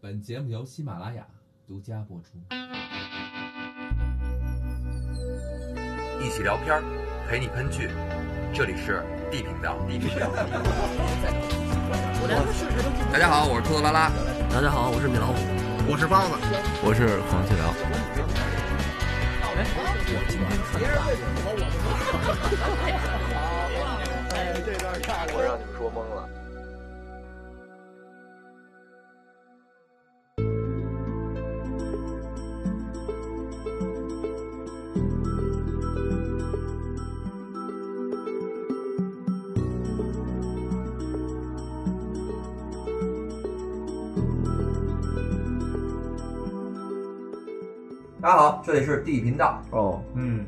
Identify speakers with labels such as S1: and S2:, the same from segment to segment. S1: 本节目由喜马拉雅独家播出。
S2: 一起聊片儿，陪你喷剧。这里是 D 频道。D 频道。大家好，我是兔子拉拉。
S3: 大家好，我是米老虎，我是包子。
S4: 我是黄继辽。
S2: 我让你们说懵了。大家好，这里是 D 频道。哦
S4: 哦，
S5: 嗯，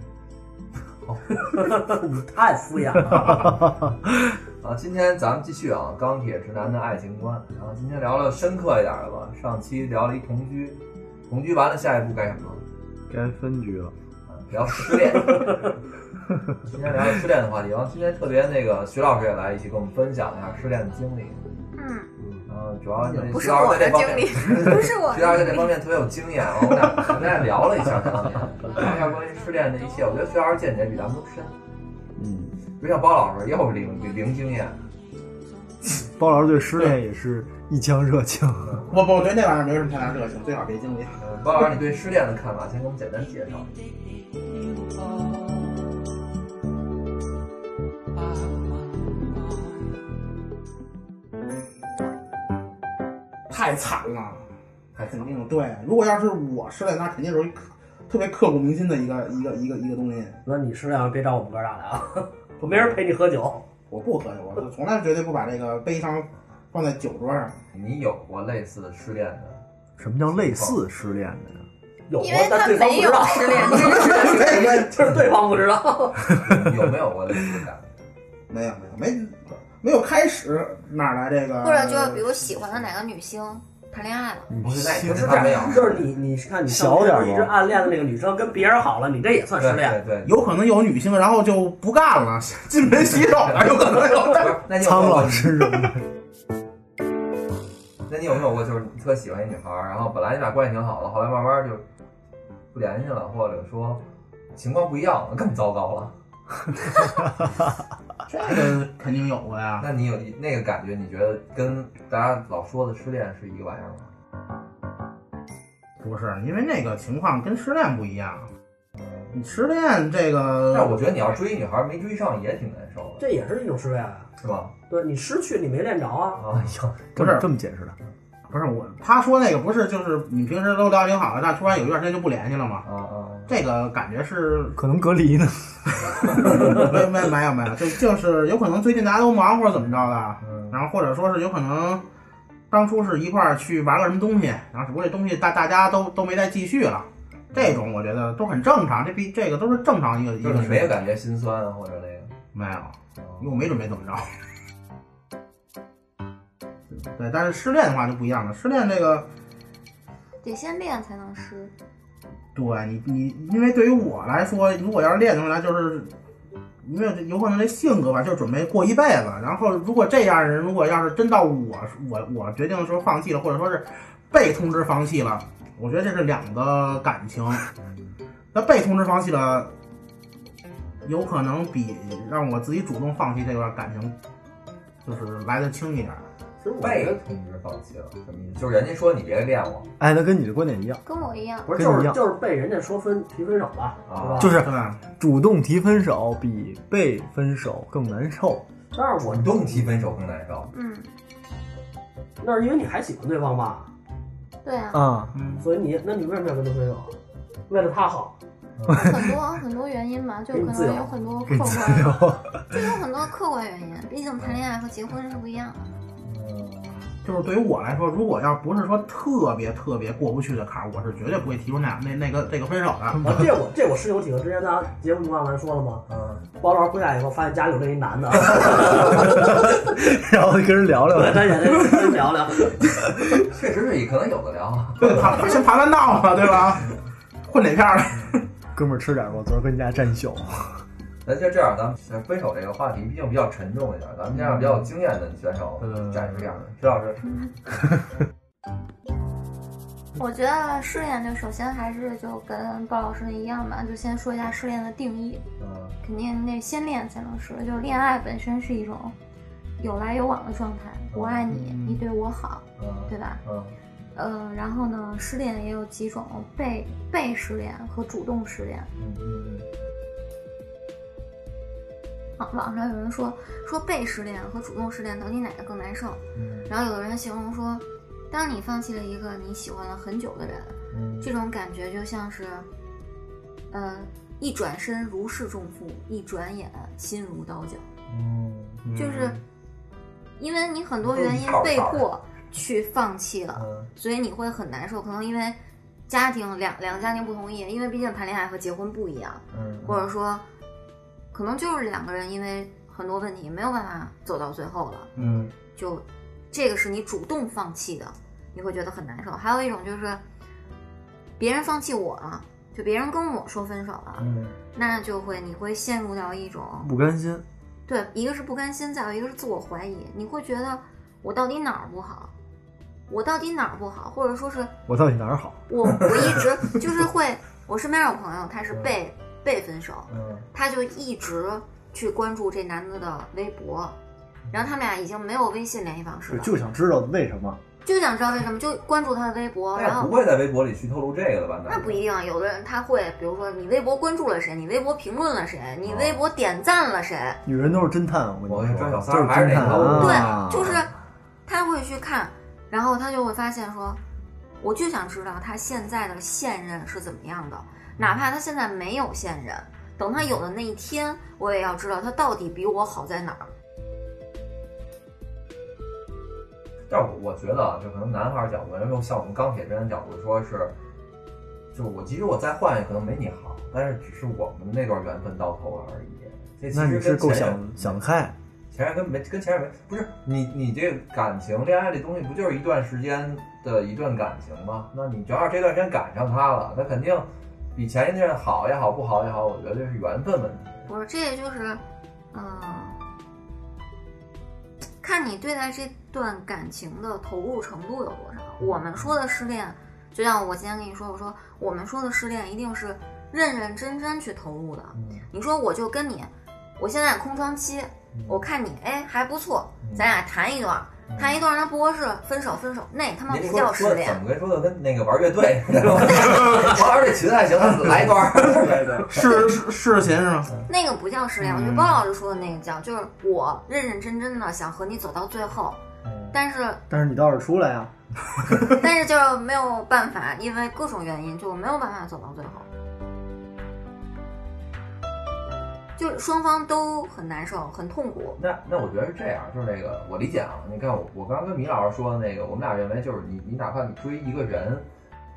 S3: 太敷衍了，
S2: 啊，今天咱们继续啊，《钢铁直男的爱情观》，然后今天聊聊深刻一点的吧。上期聊了一同居，同居完了下一步干什么？
S4: 该分居了。
S2: 啊，聊失恋。今天聊聊失恋的话题，然后今天特别那个徐老师也来一起跟我们分享一下失恋的经历。
S6: 嗯，
S2: 然后主要是
S6: 不
S2: 徐
S6: 是
S2: 老
S6: 我
S2: 师在
S6: 的
S2: 这方
S6: 经历
S2: 面，，
S6: 不 是我
S2: 徐老师
S6: 的
S2: 在这
S6: 经历。
S2: 方面特别有经验，我们俩我们俩聊了一下当年，聊一下关于失恋的一切。我觉得徐老师见解比咱们都深，
S4: 嗯，
S2: 不像包老师又是零零经验。
S4: 包老师对失恋也是一腔热情。
S5: 我我对那玩意儿没有什么太大热情，最好别经历。
S2: 嗯，包老师，你对失恋的看法，先给我们简单介绍。
S5: 太惨了，
S2: 太惨
S5: 肯定对。如果要是我失恋，那肯定是一刻特别刻骨铭心的一个一个一个一个东西。
S3: 那你适量别找我们哥俩来啊，我没人陪你喝酒。
S5: 我不喝酒，我就从来绝对不把这个悲伤放在酒桌上。
S2: 你有过类似失恋的？
S4: 什么叫类似失恋的呀？
S3: 有
S6: 因
S3: 啊
S6: 为，
S3: 但
S6: 他
S3: 对方
S6: 没
S3: 不
S6: 有
S3: 知道，
S6: 失恋，这 就是
S3: 就是对方不知道。
S2: 你有没有过类似的？
S5: 没有没有没没有开始哪来这个？
S6: 或者就比如喜欢的哪个女星谈恋爱了，
S2: 不是，那肯定
S3: 不是这
S2: 他没有。
S3: 样，就是你，你看你
S4: 小点儿吧
S3: 一直暗恋的那个女生跟别人好了，你这也 算失恋。
S2: 对对对，
S5: 有可能有女性，然后就不干了， 进门洗手了，有可能有。
S2: 不是，那你有没
S4: 苍
S2: 有
S4: 老
S2: 过？
S4: 师什么的，
S2: 那你有没有过就是你特喜欢一女孩儿，然后本来你俩关系挺好的，后来慢慢就不联系了，或者说情况不一样了，更糟糕了？
S5: 这个肯定有过呀。
S2: 那你有那个感觉？你觉得跟大家老说的失恋是一个玩意儿吗？
S5: 不是，因为那个情况跟失恋不一样。你失恋这个，
S2: 但我觉得你要追一女孩儿没追上也挺难受的，
S3: 这也是一种失恋啊，
S2: 是吧？
S3: 对你失去你没恋着啊，
S2: 啊，
S4: 这
S5: 不
S4: 么
S5: 是
S4: 这么解释的？
S5: 不是我，他说那个不是就是你平时都聊挺好的，那突然有一段时间就不联系了吗？
S2: 啊啊！
S5: 这个感觉是
S4: 可能隔离呢。
S5: 没没没有没有，就就是有可能最近大家都忙或者怎么着的，
S2: 嗯
S5: 然后或者说是有可能当初是一块儿去玩个什么东西，然后只不过这东西大大家都都没再继续了，这种我觉得都很正常，这比这个都是正常一个一
S2: 就
S5: 个
S2: 是你
S5: 事
S2: 没有感觉心酸啊，或者那
S5: 没有，
S2: 个，
S5: 因为我没准备怎么着。 对，但是失恋的话就不一样了，失恋这个。
S6: 得先恋才能失。
S5: 对你，你因为对于我来说，如果要是练的话，那就是因为有可能这性格吧，就是准备过一辈子。然后如果这样的人，如果要是真到我我我决定的时候放弃了，或者说是被通知放弃了，我觉得这是两个感情。那被通知放弃了，有可能比让我自己主动放弃这段感情，就是来的轻一点。
S3: 其实我觉
S2: 被
S3: 得
S2: 通知放弃了，什么意思？就是人家说你别恋我，
S4: 哎，那跟你的观点一样，
S6: 跟我一样，
S3: 不是
S4: 跟你
S3: 就
S4: 一
S3: 是
S4: 样
S3: 就是被人家说分提分手了，
S2: 啊
S3: 是吧？
S4: 就是
S5: 对吧？
S4: 主动提分手比被分手更难受。
S3: 但是
S2: 主
S3: 我
S2: 动提分手更难受。
S6: 嗯，
S3: 那是因为你还喜欢对方吧，
S6: 对啊，
S4: 啊，
S5: 嗯，
S3: 所以你那你为什么要跟他分手？为了他好，
S6: 很多很多原因吧，就可能有很多客观，就有很多客观原因。毕竟谈恋爱和结婚是不一样的。
S5: 嗯就是对于我来说，如果要不是说特别特别过不去的坎儿，我是绝对不会提出那那那个这个分手的。
S3: 啊，这我这我室友几个之前咱节目中让咱说了吗？
S2: 嗯，
S3: 包老师回家以后发现家里有这一男的，啊
S4: 然后跟人聊聊。
S3: 咱也得真聊聊。
S2: 确实是，可能有的聊。啊
S5: 对，爬先爬山道嘛，对吧？混哪片儿了？
S4: 哥们儿吃点吧，我昨儿跟人家站一宿。
S2: 咱就这样，咱们分手这个话题毕竟比较沉重一点，咱们加上比较有经验的选手
S5: 嗯
S2: 展示一下。徐老师，
S6: 我觉得失恋就首先还是就跟鲍老师一样吧，就先说一下失恋的定义。
S2: 嗯，
S6: 肯定那先恋才能失，就是恋爱本身是一种有来有往的状态。我爱你，
S5: 嗯
S6: 你对我好，
S2: 嗯
S6: 对吧？
S2: 嗯
S6: 呃，然后呢，失恋也有几种，被被失恋和主动失恋。
S2: 嗯
S6: 网网上有人说说被失恋和主动失恋到底哪个更难受？
S2: 嗯
S6: 然后有的人形容说，当你放弃了一个你喜欢了很久的人，
S2: 嗯
S6: 这种感觉就像是，呃，一转身如释重负，一转眼心如刀绞，
S2: 嗯
S6: 就是因为你很多
S2: 都是
S6: 原
S2: 一
S6: 因
S2: 套
S6: 被
S2: 套的
S6: 迫去放弃了，
S2: 嗯
S6: 所以你会很难受。可能因为家庭两两个家庭不同意，因为毕竟谈恋爱和结婚不一样，
S2: 嗯，
S6: 或者说，可能就是两个人因为很多问题没有办法走到最后了。
S5: 嗯
S6: 就这个是你主动放弃的，你会觉得很难受。还有一种就是别人放弃我了，就别人跟我说分手了，
S2: 嗯
S6: 那就会你会陷入到一种
S4: 不甘心，
S6: 对，一个是不甘心，再有一个是自我怀疑，你会觉得我到底哪儿不好，我到底哪儿不好，或者说是
S4: 我到底哪儿好？
S6: 我我一 直就是会，我身边有朋友他是被被分手，
S2: 嗯
S6: 他就一直去关注这男的的微博。
S2: 嗯
S6: 然后他们俩已经没有微信联系方式了，
S4: 就想知道为什么。
S6: 就想知道为什么，就关注他的微博，然
S2: 那哎不
S6: 后
S2: 会在微博里去透露这个的吧？
S6: 那不一定，有的人他会，比如说你微博关注了谁，你微博评论了谁，
S2: 哦
S6: 你微博点赞了谁，
S4: 女人都是侦探，我跟
S2: 我跟
S4: 你
S2: 你说小
S4: 说，
S2: 三儿
S4: 都是
S2: 还是
S4: 侦
S2: 得
S4: 探
S2: 偷
S4: 啊
S6: 对，就是他会去看，然后他就会发现说，我就想知道他现在的现任是怎么样的，哪怕他现在没有现任，等他有的那一天，我也要知道他到底比我好在哪儿。
S2: 但我我觉得啊，就可能男孩儿角度，因为像我们钢铁直男角度说是，就是我即使我再换，也可能没你好，但是只是我们那段缘分到头了而已。这其
S4: 那
S2: 实
S4: 你是
S2: 跟
S4: 够
S2: 前
S4: 想
S2: 任
S4: 想得开，
S2: 前任跟没跟前任没不是你你这个感情恋爱这东西不就是一段时间的一段感情吗？那你正好这段时间赶上他了，那肯定比前一任好也好，不好也好，我觉得这是缘分问题。
S6: 不是，这也就是，嗯，看你对待这段感情的投入程度有多少。我们说的失恋，就像我今天跟你说，我说我们说的失恋一定是认认真真去投入的。
S2: 嗯
S6: 你说我就跟你，我现在空窗期，我看你哎还不错，咱俩谈一段，谈一段那不合适，分手分手，那他妈
S2: 您这
S6: 不
S2: 说
S6: 叫
S2: 说得
S6: 失恋
S2: 怎。么跟说的跟那个玩乐队， 玩这群还行，来一段儿。 对对。
S5: 是是是琴是吗？
S6: 那个不叫失恋，我觉得包老师说的那个叫，就是我认认真真的想和你走到最后，
S2: 嗯
S6: 但是
S4: 但是你倒是出来啊！
S6: 但是就是没有办法，因为各种原因就没有办法走到最后，就是双方都很难受，很痛苦。
S2: 那那我觉得是这样，就是那个我理解啊。你看我我刚刚跟米老师说的那个，我们俩认为就是你你哪怕你追一个人，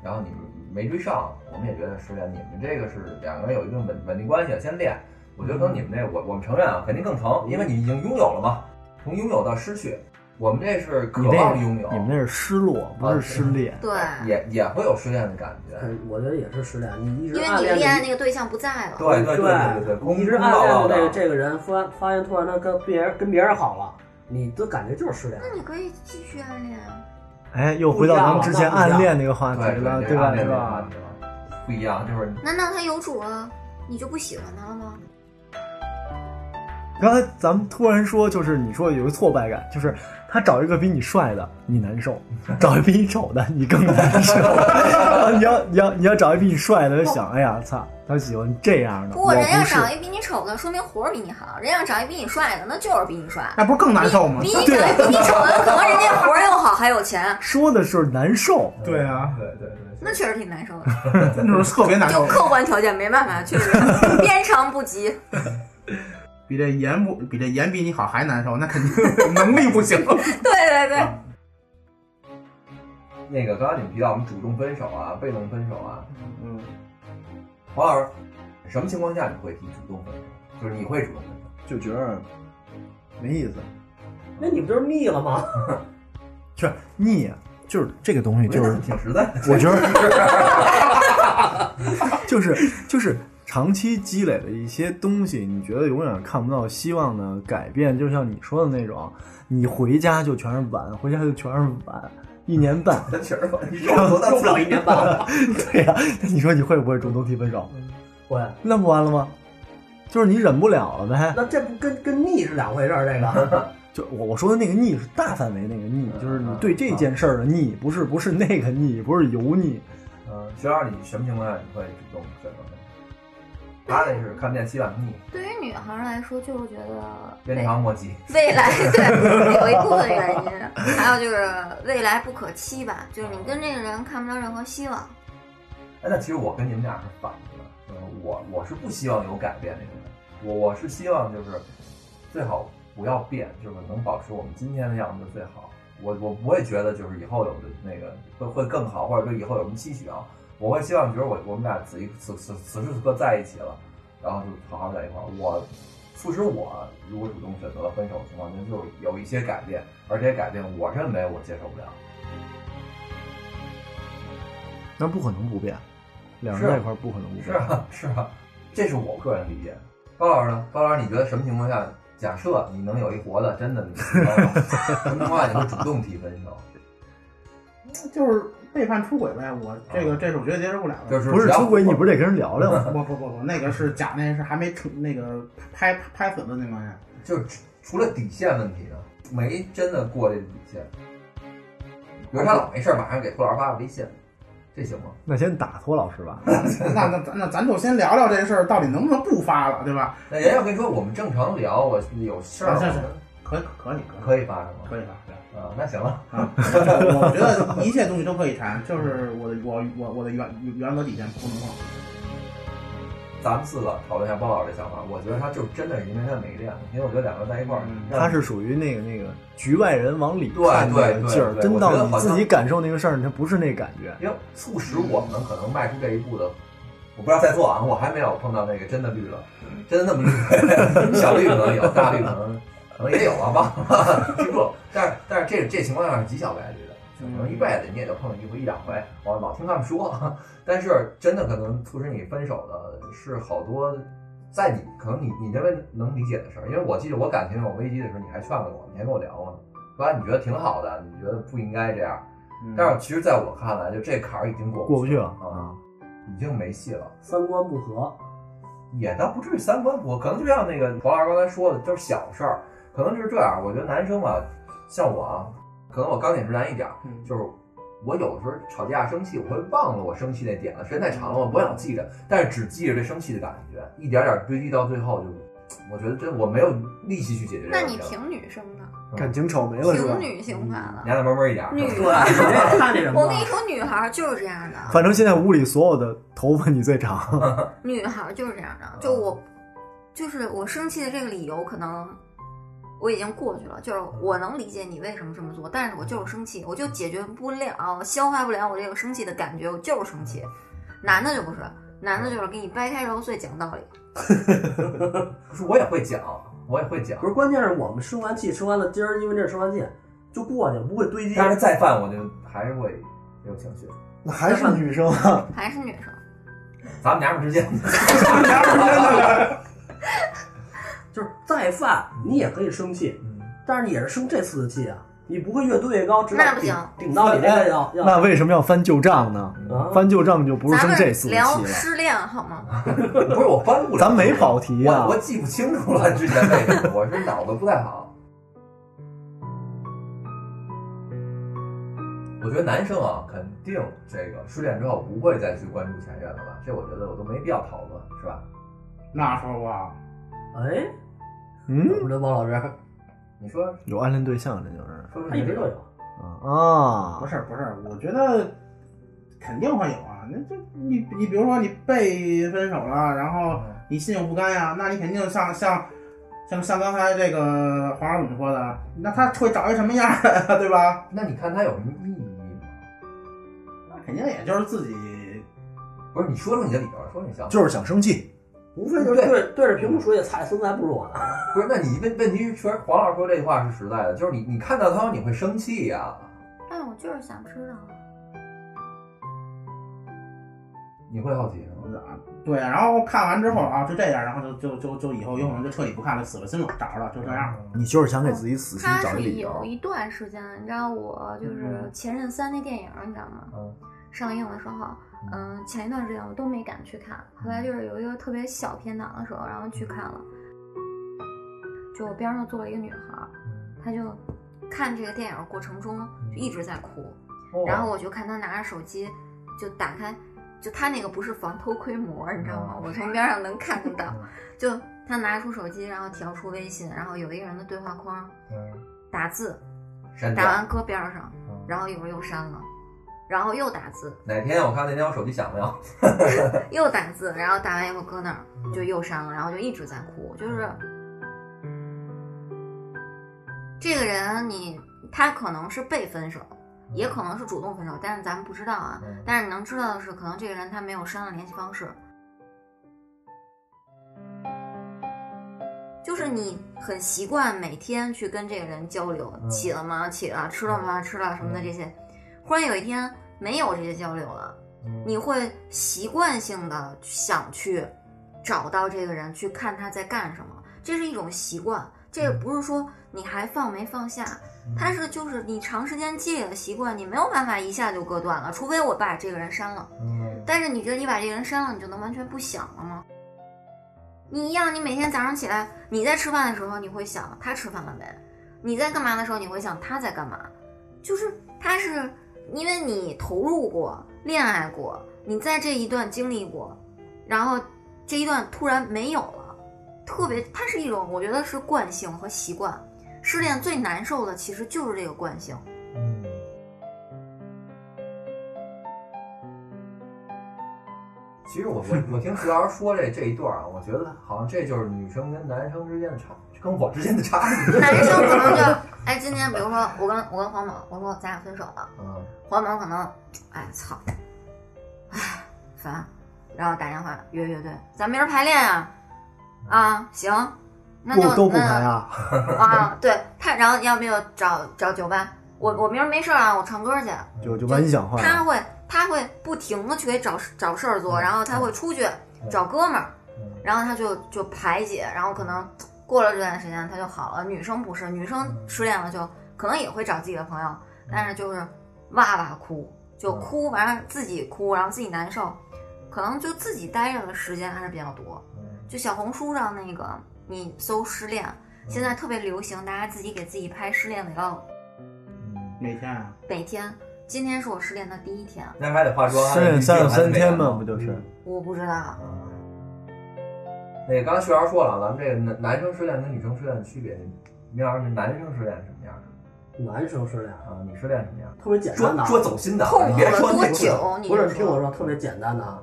S2: 然后你没追上，我们也觉得失恋。你们这个是两个人有一定稳稳定关系，先恋。我觉得可能你们这我我们承认啊，肯定更疼，因为你已经拥有了嘛，从拥有到失去，我们这是渴
S4: 你那
S2: 望拥有，啊
S4: 你们那是失落，不是失恋。
S6: 对，
S2: 也也会有失恋的感觉。
S3: 嗯， 我觉得也是失恋，你一
S6: 因
S3: 直
S6: 为
S3: 暗
S6: 你
S3: 恋
S6: 恋爱
S3: 着
S6: 那个对象不在了，
S2: 对
S3: 一
S2: 对对对对，
S3: 你一直
S2: 空
S3: 暗
S2: 空落
S3: 恋
S2: 落
S3: 着这
S2: 的
S3: 个这个人，发发现突然他跟别人跟别人好了，你的感觉就是失恋
S6: 那。你可以继续暗恋啊。
S4: 哎，又回到咱们之前暗恋那个话题
S2: 对对
S4: 了，
S2: 这个
S4: 吧？
S2: 暗恋
S4: 对
S2: 这个话
S4: 吧？
S2: 题不一样，就是
S6: 难道他有主了，你就不喜欢他了吗？
S4: 啊刚才咱们突然说，就是你说有一个挫败感，就是他找一个比你帅的，你难受；找一个比你丑的，你更 难受。然后你要你要你要找一个比你帅的，就想，哎呀，操，他喜欢这样的，
S6: 不
S4: 我
S6: 过人要
S4: 不是
S6: 找。一比你丑的，说明活儿比你好；人要找一比你帅的，那就是比你帅。
S4: 啊
S5: 那不是更难受吗
S6: 比？你找一比你丑的，可能人家活儿又好，还有钱，
S4: 说的是难受，
S5: 对啊，
S2: 对对对对。
S6: 那确实挺难受的。
S5: 真的是特别难
S6: 就
S5: 受，
S6: 客观条件没办法，确实鞭长不及。
S5: 比这盐不比这盐比你好还难受，那肯 定能力不行。
S6: 对对对，
S4: 啊
S2: 那个刚刚你们提到我们主动分手啊，被动分手啊，
S5: 嗯，
S2: 黄老师，什么情况下你会提主动分手？就是你会主动分手？
S4: 就觉得没意思，
S3: 那你不就是腻了吗？
S4: 就是腻，就是这个东西，就是
S2: 挺实在的。
S4: 我觉得 就是就是长期积累的一些东西，你觉得永远看不到希望的改变，就像你说的那种，你回家就全是碗，回家就全是碗，一年 半，
S2: 真确实，你用不 到
S3: 用不了一年半，
S4: 对呀、那你说你会不会主动提分手？
S3: 会。
S4: 那不完了吗？就是你忍不了了呗。
S3: 那这不跟跟腻是两回事儿，这个
S4: 就我我说的那个腻是大范围那个腻，
S2: 嗯
S4: 就是你对这件事儿的腻，不是不是那个腻，不是油腻。
S2: 嗯，学长，你什么情况下你会主动选择分手？他那是看见希望腻，
S6: 对于女孩儿来说，就是觉得
S2: 鞭
S6: 未
S2: 长莫及。
S6: 未来 对有一部分原因，还有就是未来不可期吧，就是你跟这个人看不到任何希望。
S2: 哎，那其实我跟你们俩是反的，嗯，我我是不希望有改变那种人，我我是希望就是最好不要变，就是能保持我们今天的样子最好。我我不会觉得就是以后有的那个会会更好，或者对以后有什么期许啊。我会希望觉得我我们俩此一此此此时此刻在一起了，然后就好好在一块儿。我促使我如果主动选择了分手的情况下，就是有一些改变，而这些改变我认为我接受不了。
S4: 那不可能不变，两
S2: 是
S4: 人在一块儿不可能不
S2: 是
S4: 变。
S2: 啊，是啊，这是我个人理解。高老师呢？高老师，你觉得什么情况下，假设你能有一活的，真的你 什么情况下你会主动提分手？
S5: 就是背叛出轨呗。我这个哦这是我绝对接受不了的。
S2: 就是啊
S4: 不是
S2: 只要
S4: 出轨，你不是得跟人聊聊吗？
S5: 不不不不，那个是假，那是还没成那个拍拍死的情况下，
S2: 就是除除了底线问题呢，没真的过这个底线。比如他老没事儿，马上给郭老师发个微信，这行吗？
S4: 那先打托老师吧。
S2: 嗯
S5: 那那咱那咱就先聊聊这事儿到底能不能不发了，对吧？
S2: 那人家跟你说我们正常聊，我有事儿
S5: 啊行行行可以可以可
S2: 可
S5: 以
S2: 以发是吗？
S5: 可以 发。
S2: 啊，那行了，
S5: 啊，我觉得一切东西都可以谈，就是我的我我我的原原则底线不能碰。
S2: 咱们四个讨论一下包老师的想法。我觉得他就真的是因为他没练，因为我觉得两个人在一块儿，
S5: 嗯
S4: 他是属于那个那个局外人往里
S2: 对
S4: 看
S2: 对
S4: 的
S2: 对
S4: 劲儿，
S2: 对
S4: 真
S2: 我觉
S4: 到
S2: 得
S4: 你
S2: 好
S4: 自
S2: 像
S4: 己感受那个事儿，他不是那感觉。
S2: 因为促使我们可能迈出这一步的，我不知道在座啊，我还没有碰到那个真的绿了， 真的那么绿，小绿可能有，大绿可能可能也有啊，忘了，记不住。但是但是这这情况下是极小概率的，可能一辈子你也就碰一回一两回，我老听他们说。 但是真的可能促使你分手的是好多。在你可能你你认为能理解的事儿，因为我记得我感情有危机的时候，你还劝过我，你还跟我聊过呢，说哎你觉得挺好的，你觉得不应该这样，但是其实在我看来，就这坎儿已经过
S4: 过不去
S2: 了
S4: 了
S2: 啊，已经没戏了，
S3: 三观不合，
S2: 也倒不至于三观不合，可能就像那个黄老师刚才说的，都是小事儿，可能就是这样。我觉得男生吧，像我啊，可能我钢铁直男一点儿，
S5: 嗯
S2: 就是我有的时候吵架生气，我会忘了我生气那点了，时间太长了，我不想记着，但是只记着这生气的感觉，一点点堆积到最后就，我觉得真我没有力气去解决这
S6: 那
S2: 个问
S6: 你
S2: 题
S4: 啊
S2: 了。
S6: 挺女生的，
S4: 感情吵没了是吧
S6: 挺？女性化的
S2: 你。还得慢慢一点儿，
S6: 女啊
S2: 是吧
S3: 对，你这看这什么
S6: 我跟
S4: 啊
S6: 你？说，女孩儿就是这样的，
S4: 反正现在屋里所有的头发你最长，
S2: 嗯
S6: 女孩儿就是这样的。就我，就是我生气的这个理由，可能我已经过去了。就是我能理解你为什么这么做，但是我就是生气，我就解决不了，消化不了我这个生气的感觉，我就是生气。男的就不是，男的就是给你掰开揉碎讲道理。
S2: 不是我也会讲，我也会讲
S3: 不，是，关键是我们生完气，生完了，今儿因为这生完气就过去了，不会堆积。
S2: 但是再犯我就还是会有情绪。
S4: 那还是女生啊？
S6: 还是女生，
S2: 咱们娘们之间，
S3: 就是再犯你也可以生气，
S2: 嗯
S3: 但是你也是生这次的气啊，你不会越堆越高，直到
S6: 那不
S3: 顶
S6: 行
S3: 顶到你这个要 要
S4: 哎那为什么要翻旧账呢？
S2: 嗯
S3: 啊
S4: 翻旧账就不是
S6: 咱
S4: 生
S6: 们
S4: 这次的
S6: 聊
S4: 气了。
S6: 失恋好吗？
S2: 不是我翻不了，
S4: 咱没跑题啊呀、
S2: 我我记不清楚了之前那个，我是脑子不太好。我觉得男生啊，肯定这个失恋之后不会再去关注前任了吧？这我觉得我都没必要讨论，是吧？
S5: 那时候啊，
S3: 哎，
S4: 嗯，
S3: 我们这包 老师
S2: 你说
S4: 有暗恋对象，这就是
S2: 说
S3: 他一直都有，
S4: 啊
S5: 不是不是，我觉得肯定会有啊。那这你你比如说你被分手了，然后你心有不甘呀、那你肯定像像像像刚才这个黄老总说的，那他会找一什么样的呀，对吧？
S2: 那你看他有什么意义吗？
S5: 那肯定也就是自己
S2: 不是，你说说你的理由，说说你想法。
S4: 就是想生气，
S3: 无非就是对对着屏幕说句“菜孙子还不如我呢
S2: 不是，那你问问题是，确实黄老师说这句话是实在的，就是你你看到他你会生气呀、
S6: 但我就是想知道。
S2: 你会好奇是吗？
S5: 么的啊。对，然后看完之后啊，就这样，然后就就就就以后有可能就彻底不看了，死了心了，找着了，就这样。
S4: 你就是想给自己死心
S6: 他
S4: 找
S6: 是
S4: 一理
S6: 有
S4: 由。嗯
S6: 一段时间，你知道我就是《前任三》那电影，你知道吗？
S2: 嗯
S6: 上映的时候，嗯、前一段时间我都没敢去看，后来就是有一个特别小片档的时候，然后去看了。就我边上坐了一个女孩儿，她就看这个电影的过程中就一直在哭，
S2: 哦
S6: 然后我就看她拿着手机就打开，就她那个不是防偷窥膜，你知道吗？我从边上能看得到，就她拿出手机，然后调出微信，然后有一个人的对话框，
S2: 嗯，
S6: 打字，
S2: 删
S6: 打
S2: 掉。
S6: 完搁边儿上，
S2: 嗯
S6: 然后一会儿又删了，然后又打字，
S2: 哪天我看那天我手机响没有？
S6: 又打字，然后打完以后搁那
S2: 嗯
S6: 儿就又删了，然后就一直在哭，就是
S2: 嗯
S6: 这个人啊你他可能是被分手，也可能是主动分手，但是咱们不知道啊。
S2: 嗯
S6: 但是你能知道的是，可能这个人他没有删了联系方式。就是你很习惯每天去跟这个人交流，
S2: 嗯
S6: 起了吗？起了，吃了吗？吃了什么的这些，忽然有一天没有这些交流了，你会习惯性的想去找到这个人，去看他在干什么，这是一种习惯。这个不是说你还放没放下，它是就是你长时间积累的习惯，你没有办法一下就割断了，除非我把这个人删了。
S2: 嗯，
S6: 但是你觉得你把这个人删了，你就能完全不想了吗？你一样，你每天早上起来，你在吃饭的时候，你会想他吃饭了没？你在干嘛的时候，你会想他在干嘛？就是他是因为你投入过、恋爱过，你在这一段经历过，然后这一段突然没有了，特别，它是一种我觉得是惯性和习惯。失恋最难受的其实就是这个惯性。
S2: 其实我我我听徐瑶说这这一段啊，我觉得好像这就是女生跟男生之间的差，跟我之间的差距。
S6: 男生可能就，哎，今天比如说我跟我跟黄某，我说咱俩分手了，
S2: 嗯
S6: 黄毛可能，哎操，哎烦，然后打电话约乐队，咱明儿排练啊，啊行，那就
S4: 不都不
S6: 那
S4: 排啊？
S6: 啊，对他，然后要不就找找酒吧，我我明儿没事儿啊，我唱歌去，
S4: 就就把你想坏
S6: 他
S4: 了。
S6: 会他会不停的去给找找事儿做，然后他会出去找哥们儿，
S2: 嗯
S6: 然后他就就排解，然后可能过了这段时间他就好了。女生不是，女生
S2: 嗯
S6: 失恋了就可能也会找自己的朋友，但是就是哇哇哭，就
S2: 嗯
S6: 哭完了自己哭，然后自己难受，可能就自己待着的时间还是比较多。
S2: 嗯
S6: 就小红书上那个你搜失恋，现在特别流行，大家自己给自己拍失恋 vlog，
S2: 嗯，
S5: 每天啊，
S6: 每天今天是我失恋的第一天，
S2: 那还得化妆，
S4: 失恋三
S2: 还啊
S4: 十
S2: 得
S4: 三天
S2: 嘛。
S4: 嘛，
S2: 嗯
S4: 不就是？
S6: 我不知道。
S2: 那个刚才徐瑶说了，咱们这个男男生失恋跟女生失恋的区别，你要是男生失恋是什么样的
S3: 男生失恋
S2: 啊？你失恋什么样？
S3: 特别简单的
S2: 说说
S3: 啊，
S2: 走心的啊，
S6: 痛
S2: 你别
S6: 苦了
S2: 说
S6: 多
S2: 那个
S6: 久你
S3: 不是
S6: 就
S3: 听我
S6: 说
S3: 说，特别简单的啊。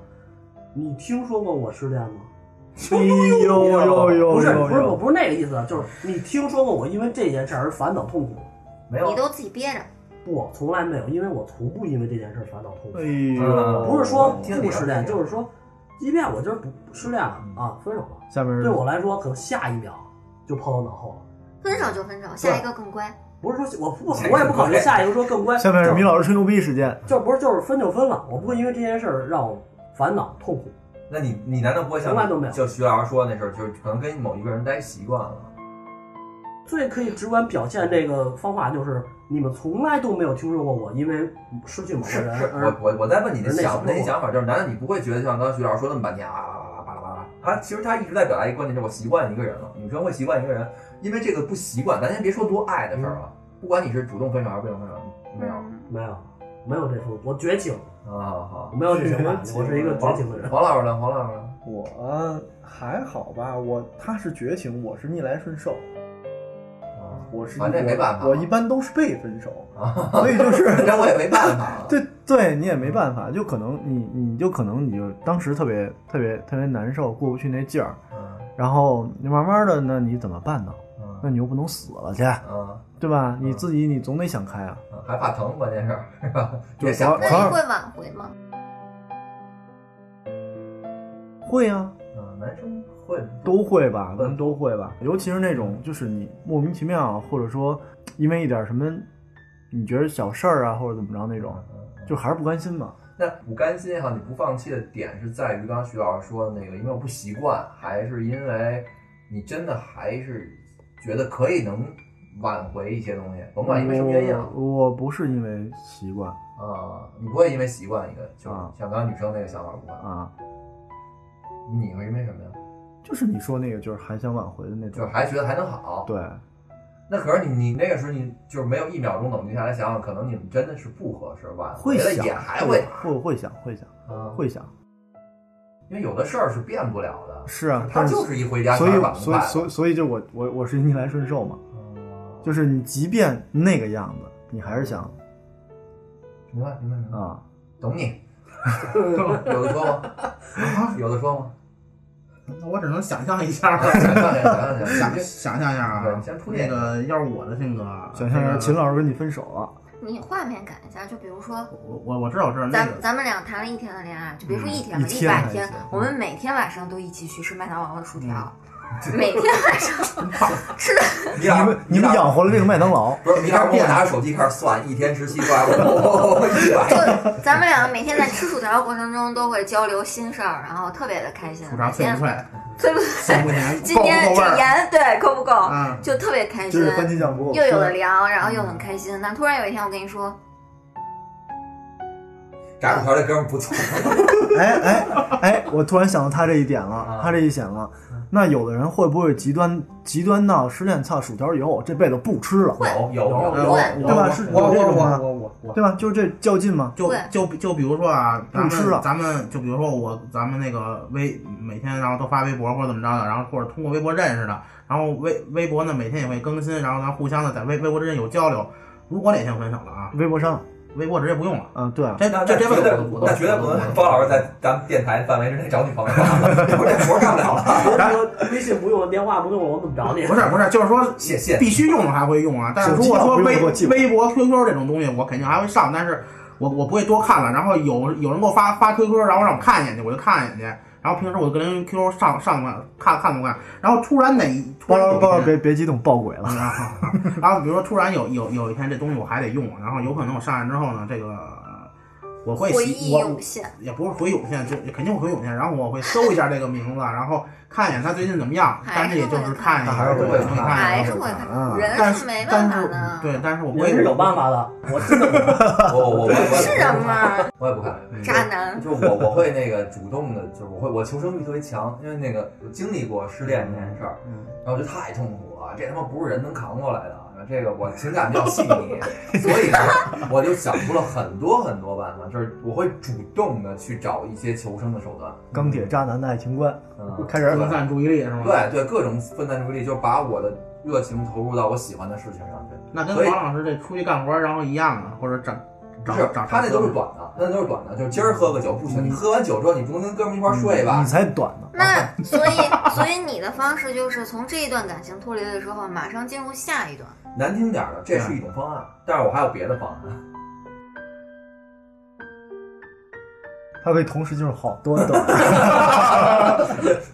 S3: 你听说过我失恋吗？
S4: 哎呦呦呦！
S3: 不是，不是，我
S4: 呦！
S3: 不是那个意思，啊就是你听说过我因为这件事而烦恼痛苦吗？
S2: 没有
S6: 你都自己憋着，
S3: 不，从来没有，因为我从不因为这件事烦恼痛苦
S4: 哎。呦！
S3: 不是说
S2: 听你
S3: 不失恋，
S2: 的
S3: 就是说，即便我今儿不失恋了啊，分手了，
S4: 下面是
S3: 对我来说可能下一秒就抛到脑后了。
S6: 分手就分手，下一个更乖。
S3: 不是说我不，
S2: 哎
S3: 我也不考虑下一个说更乖。
S4: 下面是
S3: 就是
S4: 米老师吹牛逼时间。
S3: 就不是就是分就分了，我不会因为这件事儿让我烦恼痛苦。
S2: 那你你难道不会像
S3: 从来都没有
S2: 就徐瑶说那事儿，就是可能跟某一个人待习惯了，
S3: 最可以直观表现这个方法就是，你们从来都没有听说过我因为失去某个人而
S2: 我我我在问你的想那
S3: 那是
S2: 些想法，就是难道你不会觉得像刚徐老师说那么半天啊啊巴拉巴拉巴拉？他其实他一直在表达一个观点，就是我习惯一个人了。女生会习惯一个人，因为这个不习惯，咱先别说多爱的事儿了，不管你是主动分手还是被动分手，没有
S6: 嗯
S3: 没有没有这种，我觉醒，
S2: 啊好
S3: 我。没有这想法，
S4: 觉醒
S3: 我是一个觉醒的人。
S2: 黄老师呢？黄老师呢？
S4: 我还好吧，我他是绝情，我是逆来顺受，
S2: 啊
S4: 我是
S2: 反正也没办法
S4: 我一般都是被分手，
S2: 啊，
S4: 所以就是
S2: 反正我也没办法。
S4: 对对，你也没办法，就可能你你就可能你就当时特别特别特别难受，过不去那劲儿，
S2: 嗯，
S4: 然后你慢慢的，那你怎么办呢？
S2: 嗯
S4: 那你又不能死了去，
S2: 嗯
S4: 对吧？你自己你总得想开啊。
S2: 嗯，还怕疼，关键是是吧？
S4: 就
S2: 别想
S4: 黄
S6: 那
S2: 了。
S4: 黄
S6: 你会挽回吗？
S4: 会啊，
S2: 嗯，男生会
S4: 都会吧，
S2: 嗯
S4: 咱们都会吧，尤其是那种就是你莫名其妙，或者说因为一点什么，你觉得小事儿啊或者怎么着那种，
S2: 嗯嗯
S4: 就还是不甘心嘛。
S2: 那不甘心也好，你不放弃的点是在于刚刚徐老师说的那个，因为我不习惯，还是因为你真的还是觉得可以能挽回一些东西，甭管因为什么原因啊
S4: 我，我不是因为习惯
S2: 啊，你不会因为习惯一个，就是
S4: 啊
S2: 像刚刚女生那个想法不会，
S4: 啊，
S2: 你会因为什么呀？
S4: 就是你说那个，就是还想挽回的那
S2: 就
S4: 种
S2: 是。还觉得还能好，
S4: 对，
S2: 那可是你你那个时候你就是没有一秒钟冷静下来想想，可能你们真的是不合适，挽
S4: 会
S2: 回了
S4: 想，
S2: 也还会
S4: 会会想会想
S2: 啊，
S4: 会想，
S2: 因为有的事儿是变不了的，
S4: 是啊，
S2: 他
S4: 但
S2: 就是一回家
S4: 所以
S2: 全是挽不
S4: 所以
S2: 快
S4: 所以
S2: 以
S4: 所以就我我我是逆来顺受嘛，
S2: 嗯
S4: 就是你即便那个样子，你还是想
S2: 明白明白明白，
S4: 啊，
S2: 懂你，有的说吗？啊，有的说吗？
S5: 那我只能想象一下了。
S2: 想象一下， 想象一下
S5: 想， 想象一下
S2: 对你
S5: 啊
S2: 先，铺
S5: 那
S2: 垫
S5: 个要是我的性格，啊
S4: 想象
S5: 这
S4: 着
S5: 个
S4: 秦老师跟你分手了，
S6: 你画面感一下，就比如说，
S5: 我我我知道我知道那
S6: 咱
S5: 个，
S6: 咱们俩谈了一天的恋爱，就别说一天
S4: 嗯
S6: 了，
S4: 一
S6: 一
S4: 天
S6: 百
S4: 还
S6: 天
S4: 行，
S6: 我们每天晚上都一起去吃麦当劳的薯条，每天晚上吃的
S2: 啊你
S4: 你
S2: 俩
S4: 们你们养活了这个麦当劳，
S2: 不是你俩给我拿着手机开始算一天吃西瓜，我一百，
S6: 就咱们两个每天在吃薯条的过程中都会交流心事儿，然后特别的开心。
S5: 吐槽
S6: 每
S5: 脆
S6: 天
S5: 不脆，
S6: 对不
S5: 咸不
S6: 对？
S5: 咸，
S6: 今
S5: 够 不
S6: 天
S5: 够味
S6: 这
S5: 儿
S6: 盐对够不够？
S5: 啊？
S6: 就特别开
S4: 就
S6: 心
S4: 是，番茄酱锅，
S6: 又有了聊，然后又很开心。那突然有一天，我跟你说，
S2: 炸薯条这哥们儿不错，
S4: 哎哎哎，我突然想到他这一点了
S2: 啊，
S4: 他这一点了。那有的人会不会极端极端到失恋操薯条以后，我这辈子不吃了，
S2: 有有
S5: 我
S2: 有
S6: 有
S5: 我
S4: 对吧
S5: 我
S4: 是
S5: 我
S4: 有这
S5: 我
S4: 种吗
S5: 我我我
S4: 对吧？就是这较劲吗？
S5: 就
S6: 对
S5: 就就比如说啊，咱
S4: 不吃了
S5: 们咱们就比如说我咱们那个微每天然后都发微博或者怎么着的，然后或者通过微博认识的，然后微微博呢每天也会更新，然后咱互相的在微微博之间有交流。如果哪天分手了啊，
S4: 微博上，
S5: 微博直接不用了，
S4: 嗯，对啊，
S5: 这
S2: 那
S5: 这这
S2: 绝对
S5: 问题我，
S2: 那绝对不能让包老师在咱们电台范围之内找女朋友，我这活儿干不了了。
S3: 说微信不用了，电话不用了，我怎么找你？
S5: 不是不是，就是说
S2: 谢谢。
S5: 必须用的还会用啊，但是
S4: 手
S5: 如
S4: 机
S5: 果
S4: 上
S5: 说
S4: 不用
S5: 微
S4: 给我记吧
S5: 微博、QQ 这种东西，我肯定还会上，但是我我不会多看了。然后有有人给我发发 QQ，然后让我看一眼去，我就看一眼去。然后平时我就跟人 QQ 上上看看看不看，然后突然哪一突
S4: 包
S5: 然
S4: 老
S5: 有一
S4: 包老
S5: 天
S4: 别别激动，爆鬼了。
S5: 然后，然后比如说突然有有有一天这东西我还得用，然后有可能我上来之后呢，这个呃我会
S6: 回
S5: 习
S6: 忆
S5: 我
S6: 涌现，
S5: 也不是回涌现，就肯定会回涌现，然后我会搜一下这个名字，然后看一眼他最近怎么样，但是也就是看一下，
S4: 还是会
S5: 看一下，
S6: 还是
S5: 然后
S6: 会
S4: 啊
S2: 嗯
S6: 看，人
S5: 但
S6: 是
S5: 是
S6: 没办
S5: 但
S6: 法
S5: 是
S6: 的，
S5: 对，但是我不
S3: 我
S5: 会
S3: 是有办 法的，我真的
S2: 我我我
S6: 是人？吗？
S2: 我也不看。
S6: 渣男，
S2: 就我我会那个主动的，就是我会我求生欲特别强，因为那个我经历过失恋这件事儿，
S4: 嗯
S2: 然后我觉得太痛苦了，这他妈不是人能扛过来的。啊这个我情感比较细 腻，所以呢，我就想出了很多很多办法，就是我会主动的去找一些求生的手段。
S4: 钢铁渣男的爱情观，
S2: 嗯，
S4: 开始
S5: 分散注意力是吗？，
S2: 对对，各种分散注意力，就是把我的热情投入到我喜欢的事情上去。
S5: 那跟
S2: 所以
S5: 黄老师这出去干活然后一样啊，或者找
S2: 不
S5: 找
S2: 是
S5: 找，
S2: 他那都是短的，那都是短的，就是今儿喝个酒不
S4: 嗯
S2: 行，你喝完酒之后你不能跟哥们儿一块儿睡吧
S4: 你？才短呢。
S6: 那所 以所以你的方式就是从这一段感情脱离了之后，马上进入下一段。
S2: 难听点儿的，这是一种方案，但是我还有别的方案。
S4: 他可以同时就是好多 短，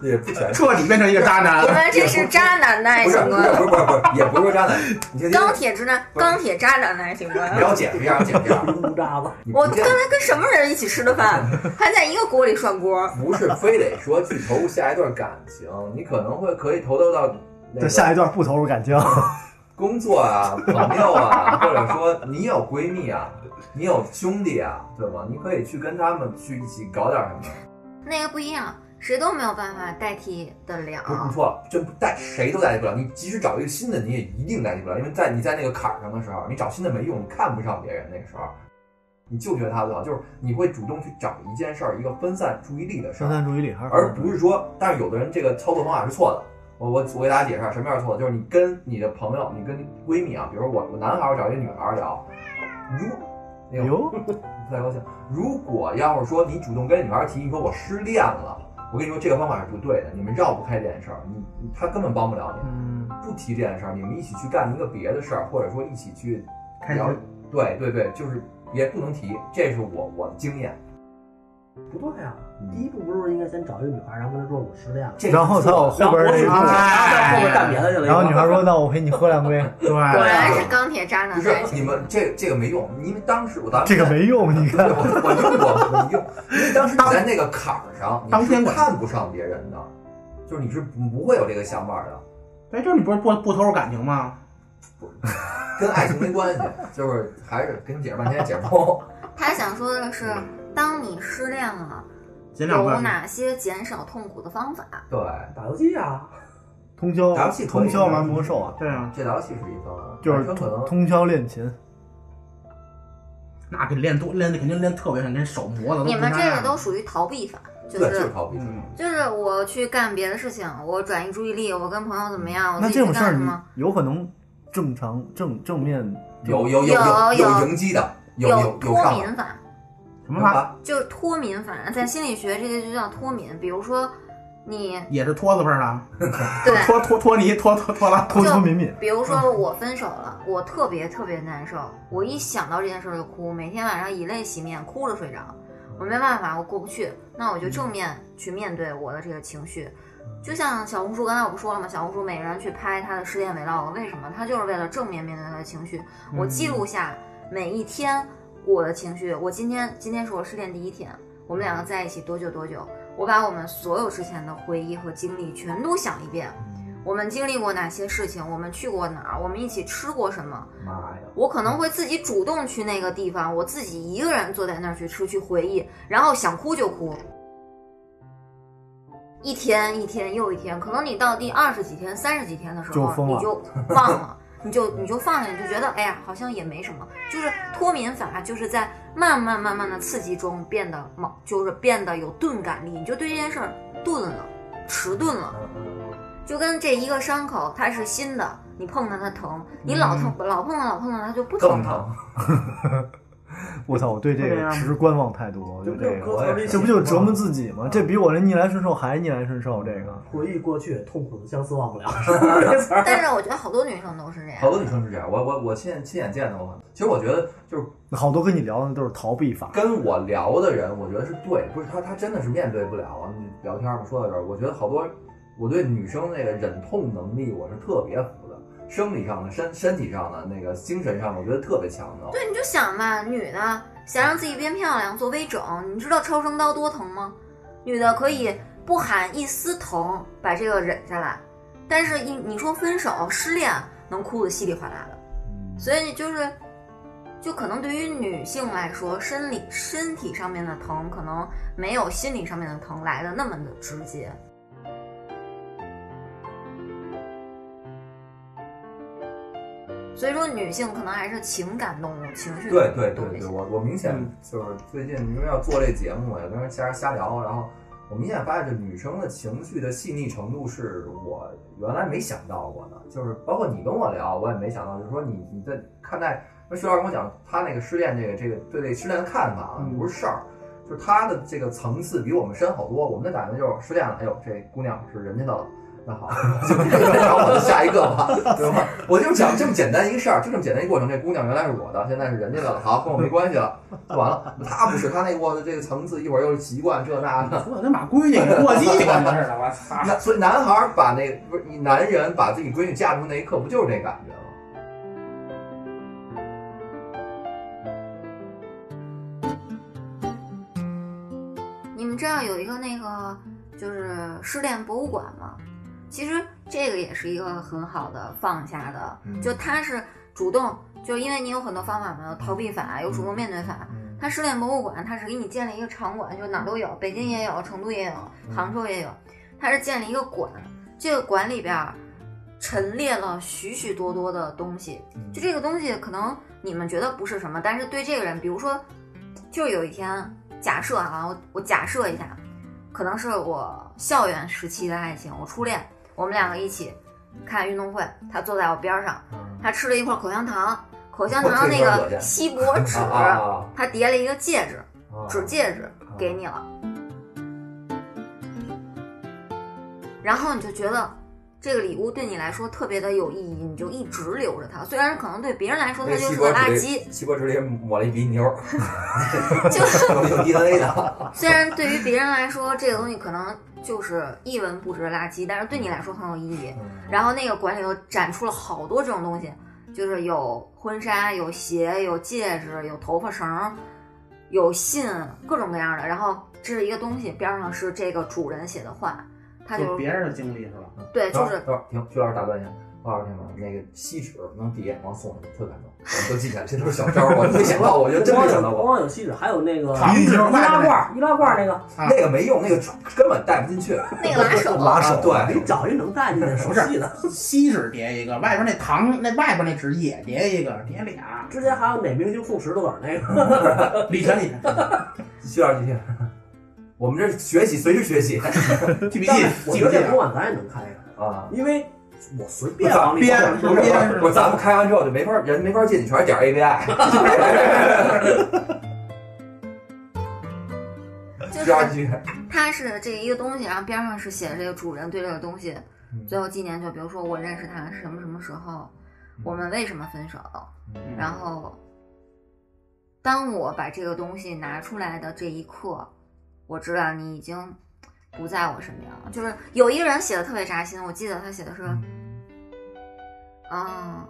S2: 也不全是，
S5: 彻底变成一个渣 男
S6: 原。来这是渣男的爱
S2: 不是
S6: 情
S2: 不是
S6: 观，
S2: 不是不是不是，也不是说渣男，你听听，
S6: 钢铁直男，钢铁渣男的爱情观
S2: 你。要解释一下，解释一下。
S3: 是渣子。
S2: 你
S6: 我
S2: 不
S6: 刚
S2: 见
S6: 才跟什么人一起吃的饭，还在一个锅里涮锅。
S2: 不是非得说去投入下一段感情，你可能会可以投入到那
S4: 对，
S2: 个
S4: 下一段不投入感情，
S2: 工作啊、朋友啊，或者说你有闺蜜啊，你有兄弟啊，对吗？你可以去跟他们去一起搞点什么。
S6: 那个不一样，谁都没有办法代替得了。
S2: 不是你错了，真不代谁都代替不了。你即使找一个新的，你也一定代替不了，因为在你在那个坎儿上的时候，你找新的没用，你看不上别人。那个时候，你就觉得他最好，就是你会主动去找一件事儿，一个分散注意力的事
S4: 分
S2: 儿，
S4: 散注意力还是
S2: 而不是说，但是有的人这个操作方法是错的。我我我给大家解释一下什么样是错的，就是你跟你的朋友，你跟闺蜜啊，比如我我男孩儿找一个女孩儿聊，如哎呦
S4: 哟，
S2: 不太高兴。如果要是说你主动跟女孩提，你说我失恋了，我跟你说这个方法是不对的，你们绕不开这件事儿，你你他根本帮不了你。
S5: 嗯，
S2: 不提这件事儿，你们一起去干一个别的事儿，或者说一起去
S5: 开
S2: 聊
S5: 始。
S2: 对对对，就是也不能提，这是我我的经验。
S3: 不对啊，
S4: 嗯
S3: 第一步不是应该先找一个女孩，然后跟她说我失恋了，
S4: 这然后才有后边那一
S3: 然后我
S4: 步
S3: 是然后后
S5: 哎
S3: 边干别的去了。
S4: 然后女 孩说：“那我陪你喝两杯。
S6: 果
S5: 对，
S6: 然是钢铁渣
S2: 不
S6: 男
S2: 是
S6: 爱
S2: 你
S6: 情
S2: 们这这个没用，因为当时我当”时
S4: 这个没用，你看
S2: 我我用过，我 用，因为当时你在那个坎儿上，
S5: 当
S2: 你
S5: 天
S2: 是
S5: 管
S2: 看不上别人的，就是你是不不会有这个想法的，
S5: 哎，这你不是不不投入感情吗？
S2: 跟爱情没关系，就是还是跟你解释半天解释不通。
S6: 他想说的是，当你失恋了，
S5: 尽量不要
S6: 有。哪些减少痛苦的方法？
S2: 对，
S3: 打游戏啊，
S4: 通宵
S2: 打游戏可以嗯
S4: 通宵玩魔兽啊，
S5: 对啊，
S2: 这打游戏是一方面，
S4: 就是
S2: 男生可
S4: 通
S2: 能
S4: 通宵练琴。
S5: 那给练多练的肯定练特别狠，跟手磨的。
S6: 你们这个都属于逃避法，就
S2: 对就是
S6: 是
S2: 逃避。
S5: 嗯，
S6: 就是我去干别的事情，我转移注意力，我跟朋友怎么样，我
S4: 那
S6: 自己
S4: 这
S6: 啊
S4: 种
S6: 去
S4: 事
S6: 干
S4: 儿
S6: 什
S4: 你
S6: 么？
S4: 有可能正常正正面
S2: 有有有
S6: 有有
S2: 有迎击的，有有有
S6: 脱
S2: 上
S6: 敏法，
S5: 什么法
S6: 就是脱敏法，在心理学这些就叫脱敏。比如说你
S5: 也是拖字辈儿的，啊
S6: 对，
S5: 拖拖拖泥拖拖拖拉。
S4: 偷偷抿抿，
S6: 比如说我分手了，我特别特别难受，我一想到这件事儿就哭，每天晚上以泪洗面，哭着睡着。我没办法，我过不去，那我就正面去面对我的这个情绪。就像小红书，刚才我不说了吗？小红书每个人去拍他的失恋 vlog，为什么？他就是为了正面面对他的情绪。我记录下每一天我的情绪。我今天今天是我失恋第一天，我们两个在一起多久多久？我把我们所有之前的回忆和经历全都想一遍。我们经历过哪些事情？我们去过哪儿？我们一起吃过什么？
S2: 妈呀！
S6: 我可能会自己主动去那个地方，我自己一个人坐在那儿去吃去回忆，然后想哭就哭。一天一天又一天，可能你到第二十几天、三十几天的时
S4: 就
S6: 候，
S4: 疯了
S6: 你就忘 了，你就你就放下，你就觉得哎呀，好像也没什么。就是脱敏法，就是在慢慢慢慢的刺激中变得猛，就是变得有钝感力，你就对这件事儿钝了，迟钝了。就跟这一个伤口，它是新的，你碰它它疼，你老疼、老碰它老碰它它就不疼
S2: 更
S6: 了。
S2: 疼，
S4: 我操！我对这
S5: 对
S4: 个
S5: 啊
S4: 持观望太多，我觉得这个
S2: 我也是
S4: 这不就是折磨自己吗？
S2: 啊
S4: 这比我这逆来顺受还逆来顺受，这个
S3: 回忆过去，痛苦的相思忘不了，是不是这词儿？
S6: 但是我觉得好多女生都是这
S2: 好
S6: 样，
S2: 多女生是这样，我我我亲眼亲眼见到过。其实我觉得就是
S4: 好多跟你聊的都是逃避法。
S2: 跟我聊的人，我觉得是对，不是他他真的是面对不了啊。你聊天嘛，说到这儿，我觉得好多我对女生那个忍痛能力我是特别服的，生理上的、身身体上的、那个精神上的，我觉得特别强的。
S6: 对，你就想吧，女的想让自己变漂亮做微整，你知道超声刀多疼吗？女的可以不喊一丝疼把这个忍下来，但是一你说分手失恋能哭得稀里哗啦的，所以就是。就可能对于女性来说，生理身体上面的疼可能没有心理上面的疼来的那么的直接。所以说，女性可能还是情感动物，情绪
S2: 对对
S6: 动物
S2: 对对，我我明显
S5: 嗯
S2: 就是最近因为要做这节目，也跟人瞎瞎聊，然后我明显发现这女生的情绪的细腻程度是我原来没想到过的，就是包括你跟我聊，我也没想到，就是说你你在看待，那徐老师跟我讲他那个失恋这个这个对这失恋的看法啊，
S5: 嗯
S2: 不是事儿。就是他的这个层次比我们深好多，我们的感觉就是失恋了，哎呦，这姑娘是人家的了，那好， 就找我的下一个吧，对吧？我就讲这么简单一个事儿，就这么简单一个过程。这姑娘原来是我的，现在是人家的了，好，跟我没关系了，就完了。她不是，她那我的这个层次，一会儿又是习惯这那 的。
S5: 说的跟把闺女给 过继感觉似的，我操！
S6: 嗯
S2: 那所以男孩儿把那不是你男人把自己闺女嫁出那一刻，不就是这感觉吗？
S6: 你们知道有一个那个就是失恋博物馆吗？其实这个也是一个很好的放下的，
S2: 嗯
S6: 就它是主动，就因为你有很多方法嘛，有逃避法，有主动面对法。
S2: 嗯
S6: 它失恋博物馆，它是给你建立一个场馆，就哪儿都有，北京也有，成都也
S2: 嗯
S6: 有，杭州也有。它是建立一个馆，这个馆里边儿陈列了许许多多的东西，
S2: 嗯
S6: 就这个东西，可能你们觉得不是什么，但是对这个人，比如说，就是有一天，假设啊，我我假设一下，可能是我校园时期的爱情，我初恋，我们两个一起看运动会，他坐在我边儿上，
S2: 嗯
S6: 他吃了一块口香糖，口香糖那个锡箔纸，
S2: 啊啊
S6: 他叠了一个戒指，
S2: 啊！
S6: 纸戒指给你了，然后你就觉得这个礼物对你来说特别的有意义，你就一直留着它。虽然可能对别人来说它
S2: 那
S6: 就
S2: 西
S6: 是个
S2: 瓜
S6: 垃
S2: 直
S6: 圾
S2: 接，西瓜直接抹了一鼻牛，
S6: 就
S2: 有有 DNA 的。
S6: 虽然对于别人来说这个东西可能就是一文不值的垃圾，但是对你来说很有意义。然后那个馆里头展出了好多这种东西，就是有婚纱、有鞋、有戒指、有头发绳儿、有信，各种各样的。然后这是一个东西，边上是这个主人写的话，他
S5: 就
S6: 就
S5: 别人的经历是 吧？
S6: 对，就是
S2: 等会儿啊停，徐老师打断一下。我告诉你们，那个锡纸能抵眼光送的，特感动，我们都记下来，这都是小招儿，我没想到，我就
S3: 不
S2: 真没
S3: 光有
S2: 想到
S3: 不
S2: 过。
S3: 光有锡纸，还有那个
S5: 糖
S3: 易
S5: 纸
S3: 拉
S5: 外面那
S3: 罐，易拉罐那个，
S2: 那个没用，那个根本戴不进去。
S6: 那个拉手，
S4: 拉手
S2: 啊对，
S3: 你找一能带进去熟悉的。
S5: 锡纸叠一个，外边那糖那外边那纸也叠一个，叠俩。
S3: 之前还有哪明星送石头子儿那 个，
S5: 李晨，李晨，
S2: 徐老师继续。我们这是学习，随时学习
S5: 记笔
S3: 但
S5: 记
S3: 是，我
S5: 记
S3: 觉
S5: 笔
S3: 得
S5: 记
S3: 这。博物馆咱也能开一 个，
S2: 啊。
S3: 因为我随便往里
S5: 编
S3: 放
S5: 能编是
S2: 不是，咱们开完之后就没法人没法进去，全是点 API。
S6: 就
S2: 徐老师
S6: 是
S2: 继续。
S6: 它是这一个东西，然后边上是写这个主人对这个东西最后纪念，就比如说我认识他什么什么时候，我们为什么分手，
S2: 嗯
S6: 然后，当我把这个东西拿出来的这一刻，我知道你已经不在我身边了。就是有一个人写的特别扎心，我记得他写的是，嗯，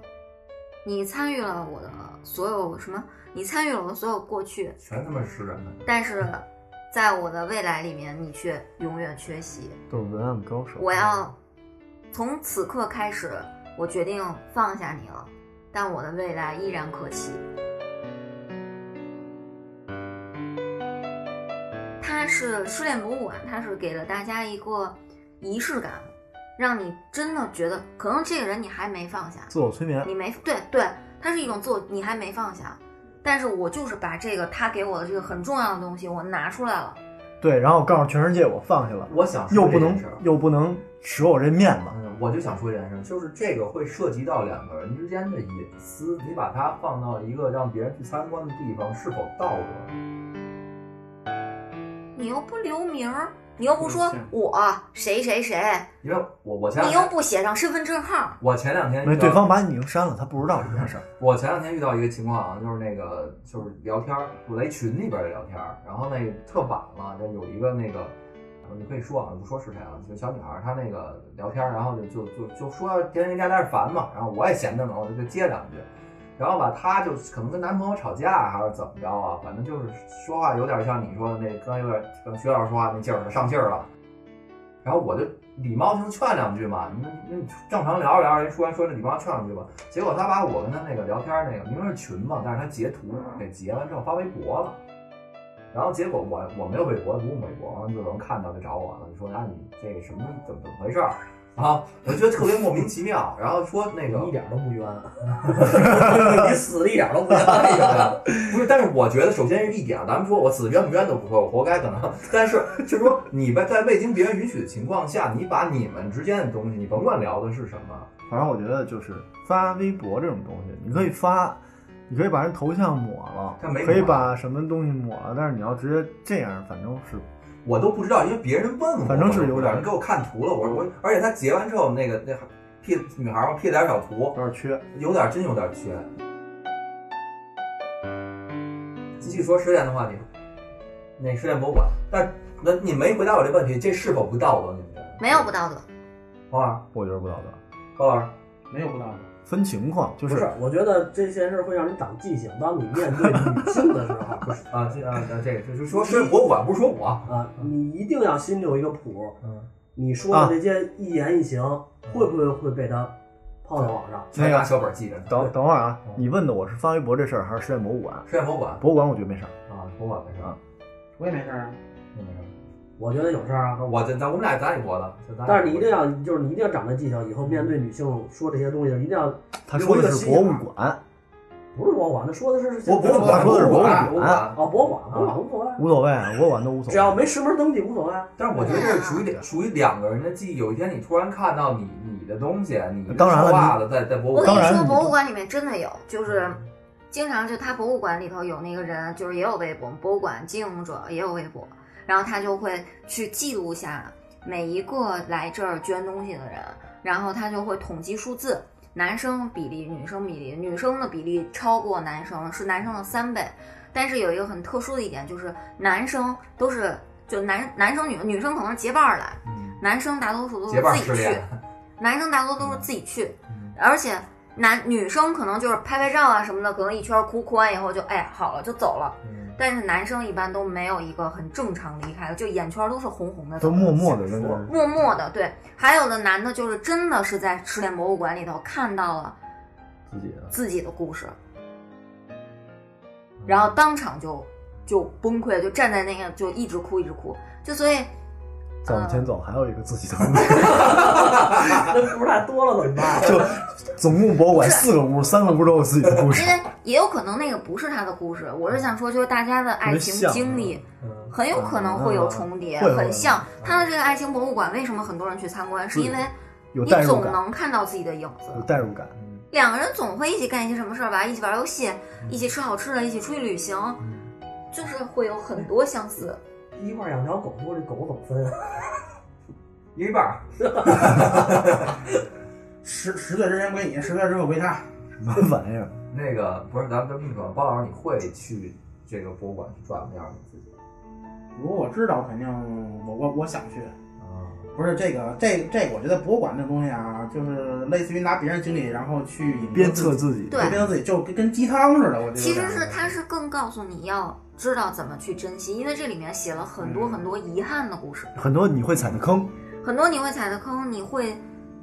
S6: 你参与了我的所有什么？你参与了我的所有过去，
S2: 全他妈是诗人们。
S6: 但是在我的未来里面，你却永远缺席。
S4: 都是文案高手。
S6: 我要从此刻开始，我决定放下你了，但我的未来依然可期。它是失恋博物馆，它是给了大家一个仪式感，让你真的觉得，可能这个人你还没放下，
S4: 自我催眠
S6: 你没对对，它是一种自我，你还没放下。但是我就是把这个他给我的这个很重要的东西，我拿出来了。
S4: 对，然后告诉全世界我放下了，
S2: 我想说
S4: 又不
S2: 啊这件
S4: 能
S2: 事儿
S4: 又不能舍我这面子。
S2: 嗯，我就想说这件事，就是这个会涉及到两个人之间的隐私，你把它放到一个让别人去参观的地方，是否道德？
S6: 你又不留名儿，你又不说
S5: 嗯
S6: 我谁谁谁，
S2: 因为我我前两
S6: 你又
S2: 天
S6: 不写上身份证号，
S2: 我前两天遇
S4: 没，
S2: 到
S4: 对方把你已经删了，他不知道这件事儿。
S2: 我前两天遇到一个情况啊，就是那个就是聊天儿，我在一群里边儿聊天儿，然后那个特晚了，就有一个那个，呃你可以说啊，不说是谁了，就小女孩儿，她那个聊天儿，然后就就就就说天天家在那儿烦嘛，然后我也闲着呢，我就接两句，然后吧，她就可能跟男朋友吵架还是怎么着啊，反正就是说话有点像你说的那刚才有点跟徐老师说话那劲儿上劲儿了，然后我就礼貌性劝两句嘛，你你你正常聊着聊着，人突然说这礼貌劝两句吧。结果他把我跟他那个聊天那个，明明是群嘛，但是他截图给截完之后发微博了。然后结果我我没有微博，不用微博，完了就有人看到就找我了，就说啊你这个什么怎么怎么回事儿啊？我就觉得特别莫名其妙。然后说那个
S3: 一点都 不冤， 你死的一点都不冤。
S2: 不是，但是我觉得，首先是一点，咱们说我死冤不冤都不说，我活该可能。但是就是说，你们在未经别人允许的情况下，你把你们之间的东西，你甭管聊的是什么，
S4: 反正我觉得就是发微博这种东西，你可以发，你可以把人头像抹了
S2: 但没，抹
S4: 可以把什么东西抹了，但是你要直接这样，反正是
S2: 我都不知道，因为别人问我，
S4: 反正是有点
S2: 有
S4: 嗯
S2: 人给我看图了，我我，而且他截完之后，那个那 P 女孩嘛，P 了点小图
S4: 有，点缺。
S2: 有点真有点缺。继续说失恋的话题，那失恋博物馆，但那你没回答我这问题，这是否不道德？你们觉得？
S6: 没有不道德。
S2: 黄老师，
S4: 我觉得不道德，
S2: 高老师，
S5: 没有不道德。
S4: 分情况，就
S3: 不是
S4: 是，
S3: 我觉得这件事会让你长记性。当你面对女性的时候，
S2: 啊，这啊，那这个就是说失恋博物馆，不是说我。
S4: 哎
S3: 啊，你一定要心里有一个谱。
S2: 嗯，
S3: 你说的这些一言一行，会不会会被他泡在网上？
S2: 全拿小本记着呢。
S4: 等等会儿啊
S2: 嗯，
S3: 哦
S4: 你问的我是发微博这事儿还是失恋博物馆？
S2: 失恋博物馆
S4: 博物馆我觉得没事儿，
S2: 啊，博物馆没事儿，
S5: 我也没事儿啊。
S2: 没事儿。
S3: 我觉得有事儿啊。
S2: 那我这咱我们俩咱也博的，就咱俩
S3: 但是你一定要，就是你一定要长得记性，以后面对女性说这些东西，一定要
S4: 他说的是博物馆，
S3: 不是博物馆，他说的是
S2: 博博物
S4: 他
S2: 馆
S4: 说的是博
S2: 博
S4: 物
S2: 物
S4: 馆，
S2: 馆
S3: 哦，博物馆，博物馆无所谓，
S4: 无所谓，博物馆都无所
S3: 只要
S4: 谓。
S3: 没实名登记无所谓。
S2: 但是我觉得这是属于两属于两个人的记忆。有一天你突然看到你你的东西，你的
S4: 当然了
S2: 说话的在在博物
S6: 我
S2: 馆，
S6: 跟
S4: 当
S6: 你
S4: 然
S6: 说，
S4: 你
S6: 博物馆里面真的有，就是经常就他博物馆里头有那个人，就是也有微博，博物馆经营者也有微博，然后他就会去记录下每一个来这儿捐东西的人，然后他就会统计数字，男生比例、女生比例，女生的比例超过男生了，是男生的三倍。但是有一个很特殊的一点，就是男生都是就男男生女女生可能是结伴儿来，
S2: 嗯，
S6: 男生大多数都
S2: 结伴
S6: 是
S2: 失
S6: 自己去
S2: 恋，，嗯
S6: 男生大多都是自己去，而且男女生可能就是拍拍照啊什么的，可能一圈儿哭哭完以后就哎呀好了就走了。
S2: 嗯，
S6: 但是男生一般都没有一个很正常离开的，就眼圈都是红红的，
S4: 都默默的跟那儿
S6: 默默的。对，还有的男的就是真的是在失恋博物馆里头看到了
S4: 自己的。
S6: 自己的故事，然后当场就就崩溃，就站在那个就一直哭一直哭，就所以
S4: 再
S3: 啊
S4: 往前走，还有一个自己的屋，
S3: 那故事太多了怎么办？
S4: 就总共博物馆四个屋，三个屋都有自己的故事
S6: 因。为也有可能那个不是他的故事，我是想说就是大家的爱情经历很有可能会有重叠，
S4: 嗯会有
S6: 很像他的这个爱情博物馆。为什么很多人去参观？是因为
S4: 有
S6: 你
S4: 代入
S6: 总
S4: 感，嗯
S6: 能看到自己的影
S4: 有
S6: 子。
S4: 代入感。
S6: 两个人总会一起干一些什么事儿吧，一起玩游戏，
S4: 嗯
S6: 一起吃好吃的，一起出去旅行，就是会有很多相似。
S3: 一块儿养条狗，多这狗怎么分啊？一半儿，
S5: 十十岁之前归你，十岁之后归他。
S4: 什么玩意儿？
S2: 那个不是，咱们这么说，包老师，你会去这个博物馆去转吗？要是你自己
S5: 如果我知道，肯定我我我想去。
S2: 啊，
S5: 不是这个，这这我觉得博物馆这东西啊，就是类似于拿别人经历，然后去引入
S4: 鞭
S5: 自
S4: 策
S5: 己
S4: 自己。
S6: 对
S5: 鞭策自己，就跟跟鸡汤似的。我觉得
S6: 其实是它是更告诉你要知道怎么去珍惜，因为这里面写了很多
S5: 嗯
S6: 很多遗憾的故事。
S4: 很多你会踩的坑，
S6: 很多你会踩的坑，你会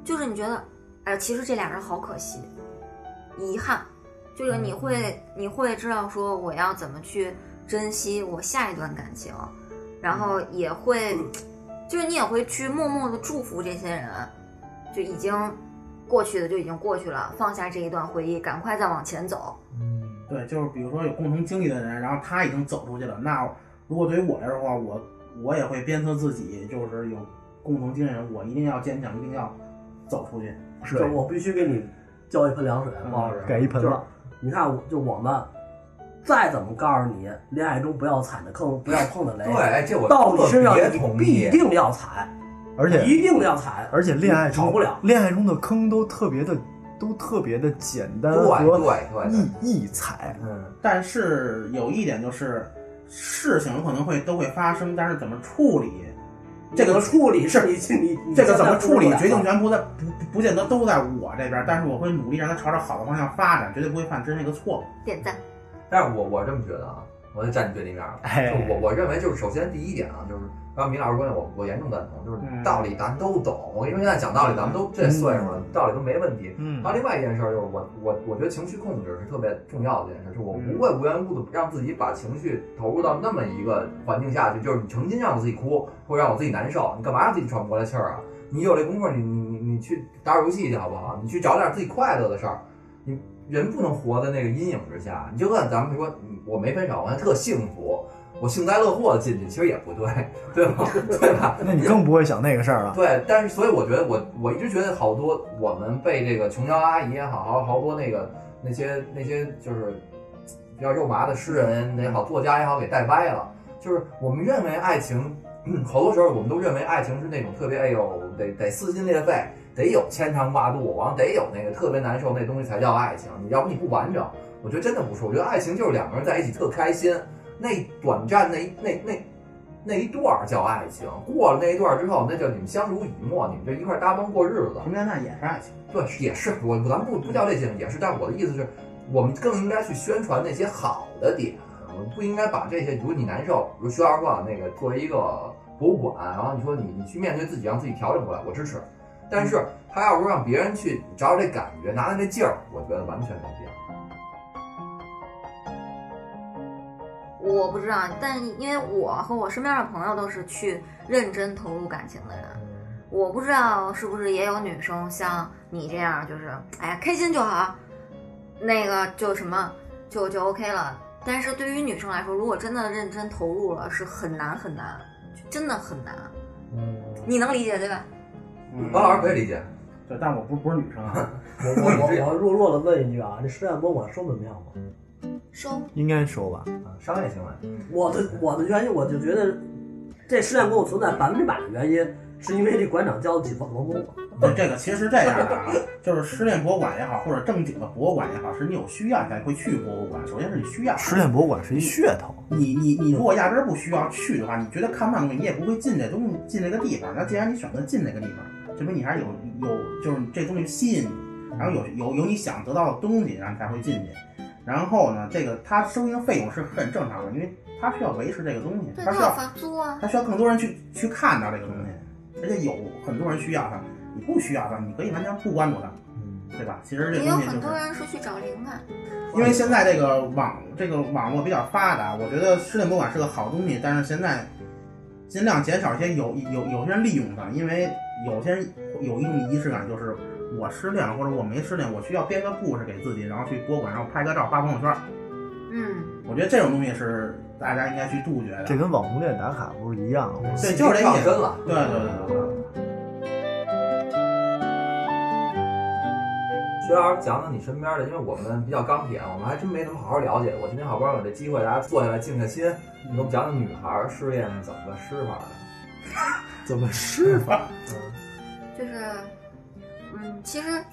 S6: 就是你觉得，哎，其实这俩人好可惜，遗憾，就是你会你会知道说我要怎么去珍惜我下一段感情，然后也会，就是你也会去默默的祝福这些人，就已经过去的就已经过去了，放下这一段回忆，赶快再往前走。
S2: 嗯，
S5: 对，就是比如说有共同经历的人，然后他已经走出去了，那如果对于我来说的话，我我也会鞭策自己，就是有共同经历的人，我一定要坚强，一定要走出去。
S4: 是
S3: 就是我必须给你浇一盆凉水，
S5: 嗯
S3: 王老师。
S4: 给一盆
S3: 就是
S4: 了。
S3: 你看，我就我们再怎么告诉你，恋爱中不要踩的坑，不要碰的雷，
S2: 对，哎这我
S3: 到你
S4: 啊
S3: 身上
S2: 特别
S3: 你
S2: 同
S3: 必
S2: 意，
S3: 定要踩，
S4: 而且
S3: 一定要踩。
S4: 而且恋爱
S3: 跑
S4: 中
S3: 不了，
S4: 恋爱中的坑都特别的都特别的简单
S2: 对对
S4: 和
S2: 对对，
S4: 易易踩。
S2: 嗯，
S5: 但是有一点就是，事情有可能会都会发生，但是怎么处理，这
S3: 你
S5: 个
S3: 的处理是你你你
S5: 这个怎么处理
S3: 现在，不
S5: 决
S3: 知道
S5: 定权不在不不见得都在我这边，但是我会努力让它朝着好的方向发展，绝对不会犯真那个错误。
S6: 点赞，
S2: 但是我我这么觉得啊，我就站你对立面了。
S4: 哎
S2: 就我我认为就是首先第一点啊，就是刚才米老师观点我我严重赞同，就是
S5: 嗯
S2: 道理咱都懂，因为现在讲道理咱们都这岁数了
S4: 嗯，
S2: 道理都没问题。
S4: 嗯
S2: 然后另外一件事儿就是我我我觉得情绪控制是特别重要的一件事，就我
S5: 嗯
S2: 不会无缘无故的让自己把情绪投入到那么一个环境下去，就是你成心让我自己哭，或者让我自己难受，你干嘛让自己喘不过来气儿啊？你有这功夫，你你你你去打会儿游戏去好不好？你去找点自己快乐的事儿。你人不能活在那个阴影之下。你就问咱们说，嗯我没分手，我还特幸福，我幸灾乐祸的进去，其实也不对，对 吧？对吧？
S4: 那你更不会想那个事儿了。
S2: 对，但是所以我觉得我我一直觉得好多我们被这个琼瑶阿姨也好，好好多那个那些那些就是比较肉麻的诗人也好，作家也好给带歪了。就是我们认为爱情，嗯好多时候我们都认为爱情是那种特别哎呦得得撕心裂肺，得有牵肠挂肚，完了得有那个特别难受那东西才叫爱情。你要不你不完整，我觉得真的不是。我觉得爱情就是两个人在一起特开心，那短暂那一那那那一段儿叫爱情，过了那一段儿之后，那叫你们相濡以沫，你们就一块儿搭帮过日子。
S5: 平平淡淡也是爱情。
S2: 对，也是我咱不不叫这些，也是。但我的意思是，我们更应该去宣传那些好的点，我们不应该把这些，如果你难受，如徐老师说啊，那个作为一个博物馆，然后你说你你去面对自己，让自己调整过来，我支持。但是他要是让别人去找找这感觉，拿他这劲儿，我觉得完全没必要。
S6: 我不知道，但因为我和我身边的朋友都是去认真投入感情的人。我不知道是不是也有女生像你这样，就是哎呀开心就好，那个就什么就就 OK 了。但是对于女生来说，如果真的认真投入了，是很难很难，就真的很难。
S3: 嗯
S6: 你能理解对吧？
S5: 嗯
S2: 王老师可以理解，
S5: 对，但我不不是女生啊。
S3: 我我我我要弱弱的问一句啊，这失恋博物馆收门票吗？
S6: 收
S4: 应该说吧，
S2: 啊商业行为。
S3: 我的我的原因，我就觉得这失恋博物存在百分之百的原因是因为这馆长交了几次龙宫吗？
S5: 对，这个其实这样的啊，就是失恋博物馆也好，或者正经的博物馆也好，是你有需要才会去博物馆。首先是你需要，
S4: 失恋博物馆是一噱头，
S5: 你你你如果压根儿不需要去的话，你觉得看漫画你也不会进这东西进这个地方。那既然你选择进这个地方，说明你还是有有就是这东西吸引你，然后有有有你想得到的东西，然后你才会进去。然后呢，这个它收听费用是很正常的，因为它需要维持这个东西，
S6: 对他
S5: 它需
S6: 有
S5: 要
S6: 房租啊，
S5: 它需要更多人去去看到这个东
S3: 嗯
S5: 西，而且有很多人需要它。你不需要它，你可以完全不关注它，
S3: 嗯
S5: 对吧？其实这
S6: 也有
S5: 东西就
S6: 很
S5: 是
S6: 多人是去找灵感。
S5: 因为现在这个网这个网络比较发达，我觉得失恋博物馆是个好东西，但是现在尽量减少一些有有有些人利用它，因为有些人有一种仪式感，就是我失恋了或者我没失恋，我需要编个故事给自己，然后去博物馆，然后拍个照发朋友圈。
S6: 嗯，
S5: 我觉得这种东西是大家应该去杜绝的。
S4: 这跟网红恋打卡不是一样吗？
S5: 对，就是这
S3: 上
S5: 意
S3: 身
S5: 思。
S3: 了。
S5: 对对对对对。
S2: 薛老师讲讲你身边的，因为我们比较钢铁，啊我们还真没怎么好好了解过。今天好不容易有这机会，大家坐下来静下心，你给我们讲讲女孩儿失恋是怎么个失法的？
S4: 怎么是法？
S6: 就是，嗯，其实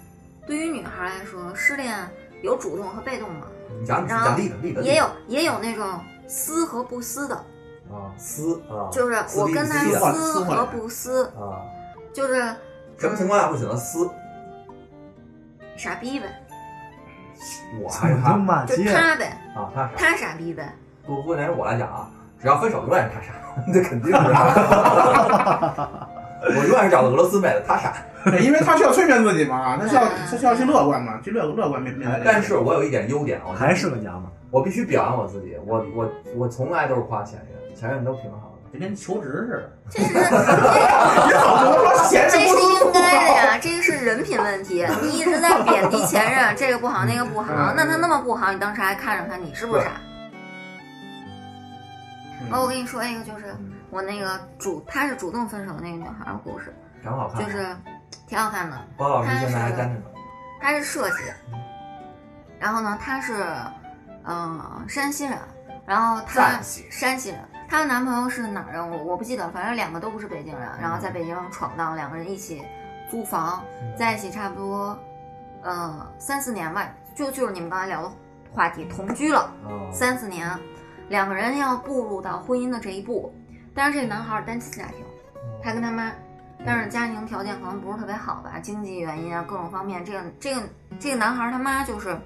S6: 对于女孩来说，失恋有主动和被动嘛，
S2: 你讲
S6: 然后
S2: 讲例子，
S5: 呃
S2: 例子
S6: 也有也有那种撕和不撕的，
S2: 啊，撕啊，
S6: 就是
S2: 撕
S6: 我
S2: 逼
S6: 跟他
S2: 撕
S5: 啊
S6: 撕
S5: 撕回来
S6: 和不撕，
S2: 啊，
S6: 就是
S2: 什么情况下会选择撕？
S6: 傻逼呗，
S2: 我
S4: 怎
S2: 还是
S4: 么就
S2: 他
S4: 骂
S6: 就
S4: 街？
S6: 他呗，
S2: 啊，他傻。
S6: 他傻逼呗，
S2: 不不，连我来讲啊，只要分手，永远是他傻， 这肯定是他。 我永远是找的俄罗斯妹子，他傻。
S5: 对，因为他需要催眠自己嘛，啊他需要
S6: 嗯
S5: 他需要去乐观嘛，去乐乐观面面 对这个。
S2: 但是我有一点优点，我
S4: 还是个娘们儿，
S2: 我必须表扬我自己，我我我从来都是夸前任，前任都挺好的。
S5: 就跟求职似的，
S6: 这是这
S5: 你好多说闲着
S6: 这
S5: 哎不
S6: 是
S5: 舒
S6: 应
S5: 服啊
S6: 该的 呀，这个是人品问题，你一直在贬低前任，这个不好那个不好，
S5: 嗯
S6: 那他那么不好，你当时还看着他，你是不是傻？哦，我跟你说一个，就是
S2: 嗯
S6: 我那个主，她是主动分手的那个女孩儿的故事，
S2: 长得好看，
S6: 就是挺好看的。
S2: 包老师现在还单着呢。
S6: 她是设计，然后呢，她是嗯、呃山西人，然后她
S2: 山西
S6: 山西人，她的男朋友是哪儿人？我我不记得，反正两个都不是北京人，然后在北京闯荡，两个人一起租房，在一起差不多呃三四年吧，就就是你们刚才聊的话题，同居了。
S2: 哦
S6: 三四年，两个人要步入到婚姻的这一步。但是这个男孩儿单亲家庭，他跟他妈，但是家庭条件可能不是特别好吧，经济原因啊，各种方面。这个这个这个男孩儿他妈就是，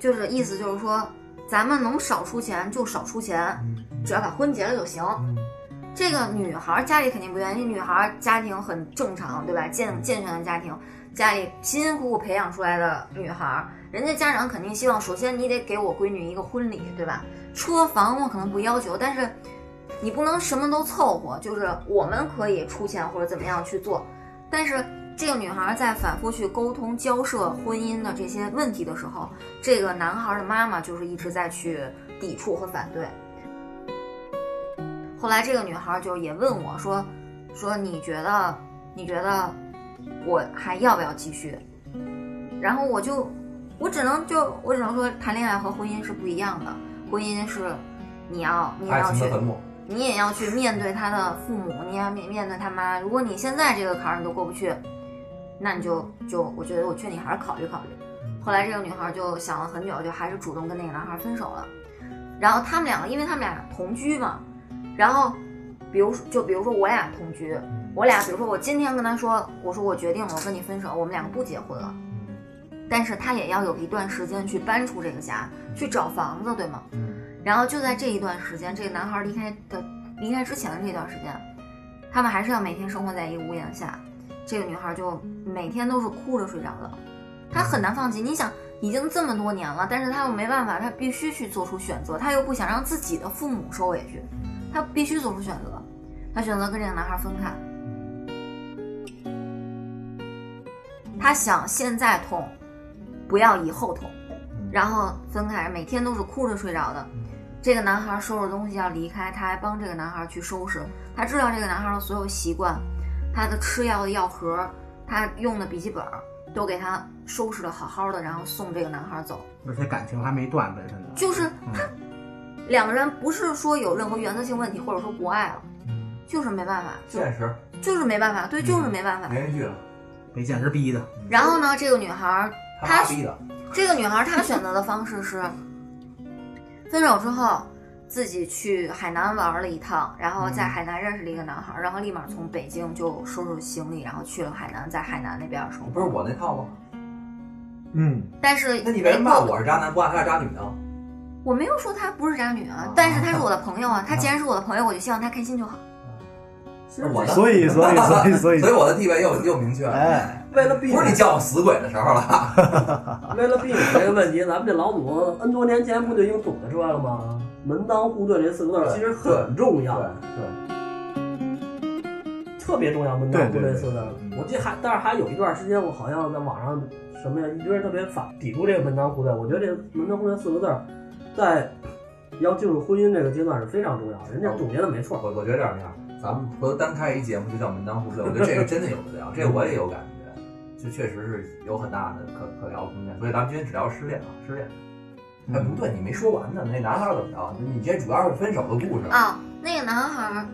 S6: 就是意思就是说，咱们能少出钱就少出钱，
S2: 嗯
S6: 只要把婚结了就行。这个女孩儿家里肯定不愿意，女孩儿家庭很正常，对吧？健健全的家庭，家里辛辛苦苦培养出来的女孩儿，人家家长肯定希望，首先你得给我闺女一个婚礼，对吧？车房我可能不要求，但是你不能什么都凑合，就是我们可以出钱或者怎么样去做，但是。这个女孩在反复去沟通交涉婚姻的这些问题的时候，这个男孩的妈妈就是一直在去抵触和反对。后来这个女孩就也问我说：“说你觉得你觉得我还要不要继续？”然后我就我只能就我只能说，谈恋爱和婚姻是不一样的，婚姻是你要你
S2: 爱
S6: 要
S2: 情
S6: 去
S2: 的坟墓，
S6: 你也要去面对他的父母，你也要面面对他妈。如果你现在这个坎儿你都过不去，那你就就我觉得我劝你还是考虑考虑。后来这个女孩就想了很久，就还是主动跟那个男孩分手了。然后他们两个，因为他们俩同居嘛，然后比如说就比如说我俩同居，我俩比如说我今天跟他说，我说我决定了，我跟你分手，我们两个不结婚了。但是他也要有一段时间去搬出这个家，去找房子，对吗？然后就在这一段时间，这个男孩离开的离开之前的这段时间，他们还是要每天生活在一个屋檐下。这个女孩就每天都是哭着睡着的，她很难放弃。你想，已经这么多年了，但是她又没办法，她必须去做出选择，她又不想让自己的父母受委屈，她必须做出选择。她选择跟这个男孩分开。她想现在痛，不要以后痛，然后分开，每天都是哭着睡着的。这个男孩收拾东西要离开，他还帮这个男孩去收拾。他知道这个男孩的所有习惯，他的吃药的药盒，他用的笔记本，都给他收拾的好好的，然后送这个男孩走。
S5: 而且感情还没断本身的，
S6: 就是他两个人不是说有任何原则性问题，或者说不爱了，就是没办法，就
S2: 现实
S6: 就是没办法，对，就是没办法。
S2: 连续剧了，
S5: 被现实逼的。
S6: 然后呢，这个女孩儿，
S2: 他
S6: 她
S2: 妈逼的，
S6: 这个女孩儿她选择的方式是，分手之后自己去海南玩了一趟，然后
S2: 嗯
S6: 在海南认识了一个男孩儿，然后立马从北京就收拾行李，然后去了海南，在海南那边生活。
S2: 不是我那套吗？
S4: 嗯，
S6: 但是
S2: 那你为什么骂
S6: 没过
S2: 我是渣男，不骂他是渣女呢？
S6: 我没有说她不是渣女啊
S2: 啊，
S6: 但是她是我的朋友啊，她既然是我的朋友，我就希望她开心就好。
S2: 是我的，
S4: 所以所以所以所以
S2: 所以我的地位又又明确了。
S4: 哎，
S3: 为了避
S2: 不是
S3: 免
S2: 你叫我死鬼的时候了，
S3: 为了避免这个问题，咱们这老祖 N 多年前不就已经总结出来了吗？门当户对这四个字儿
S2: 对
S3: 其实很重
S2: 对
S3: 要，
S2: 对，
S3: 特别重要。门当户对四个字
S4: 对
S3: 儿
S4: 对对，
S3: 我记得还，但是还有一段时间，我好像在网上什么呀，一堆人特别反抵触这个门当户对。我觉得这个门当户对四个字儿，在要进入婚姻这个阶段是非常重要的。人家总结的没错儿，
S2: 我我觉得这样这样，咱们不能单开一节目就叫门当户对，我觉得这个真的有的聊，这个我也有感觉，这确实是有很大的可可聊的空间。所以咱们今天只聊失恋啊，失恋。哎，不对，你没说完呢，那男孩儿怎么着？你这主要是分手的故事。
S6: 啊，那个男孩儿，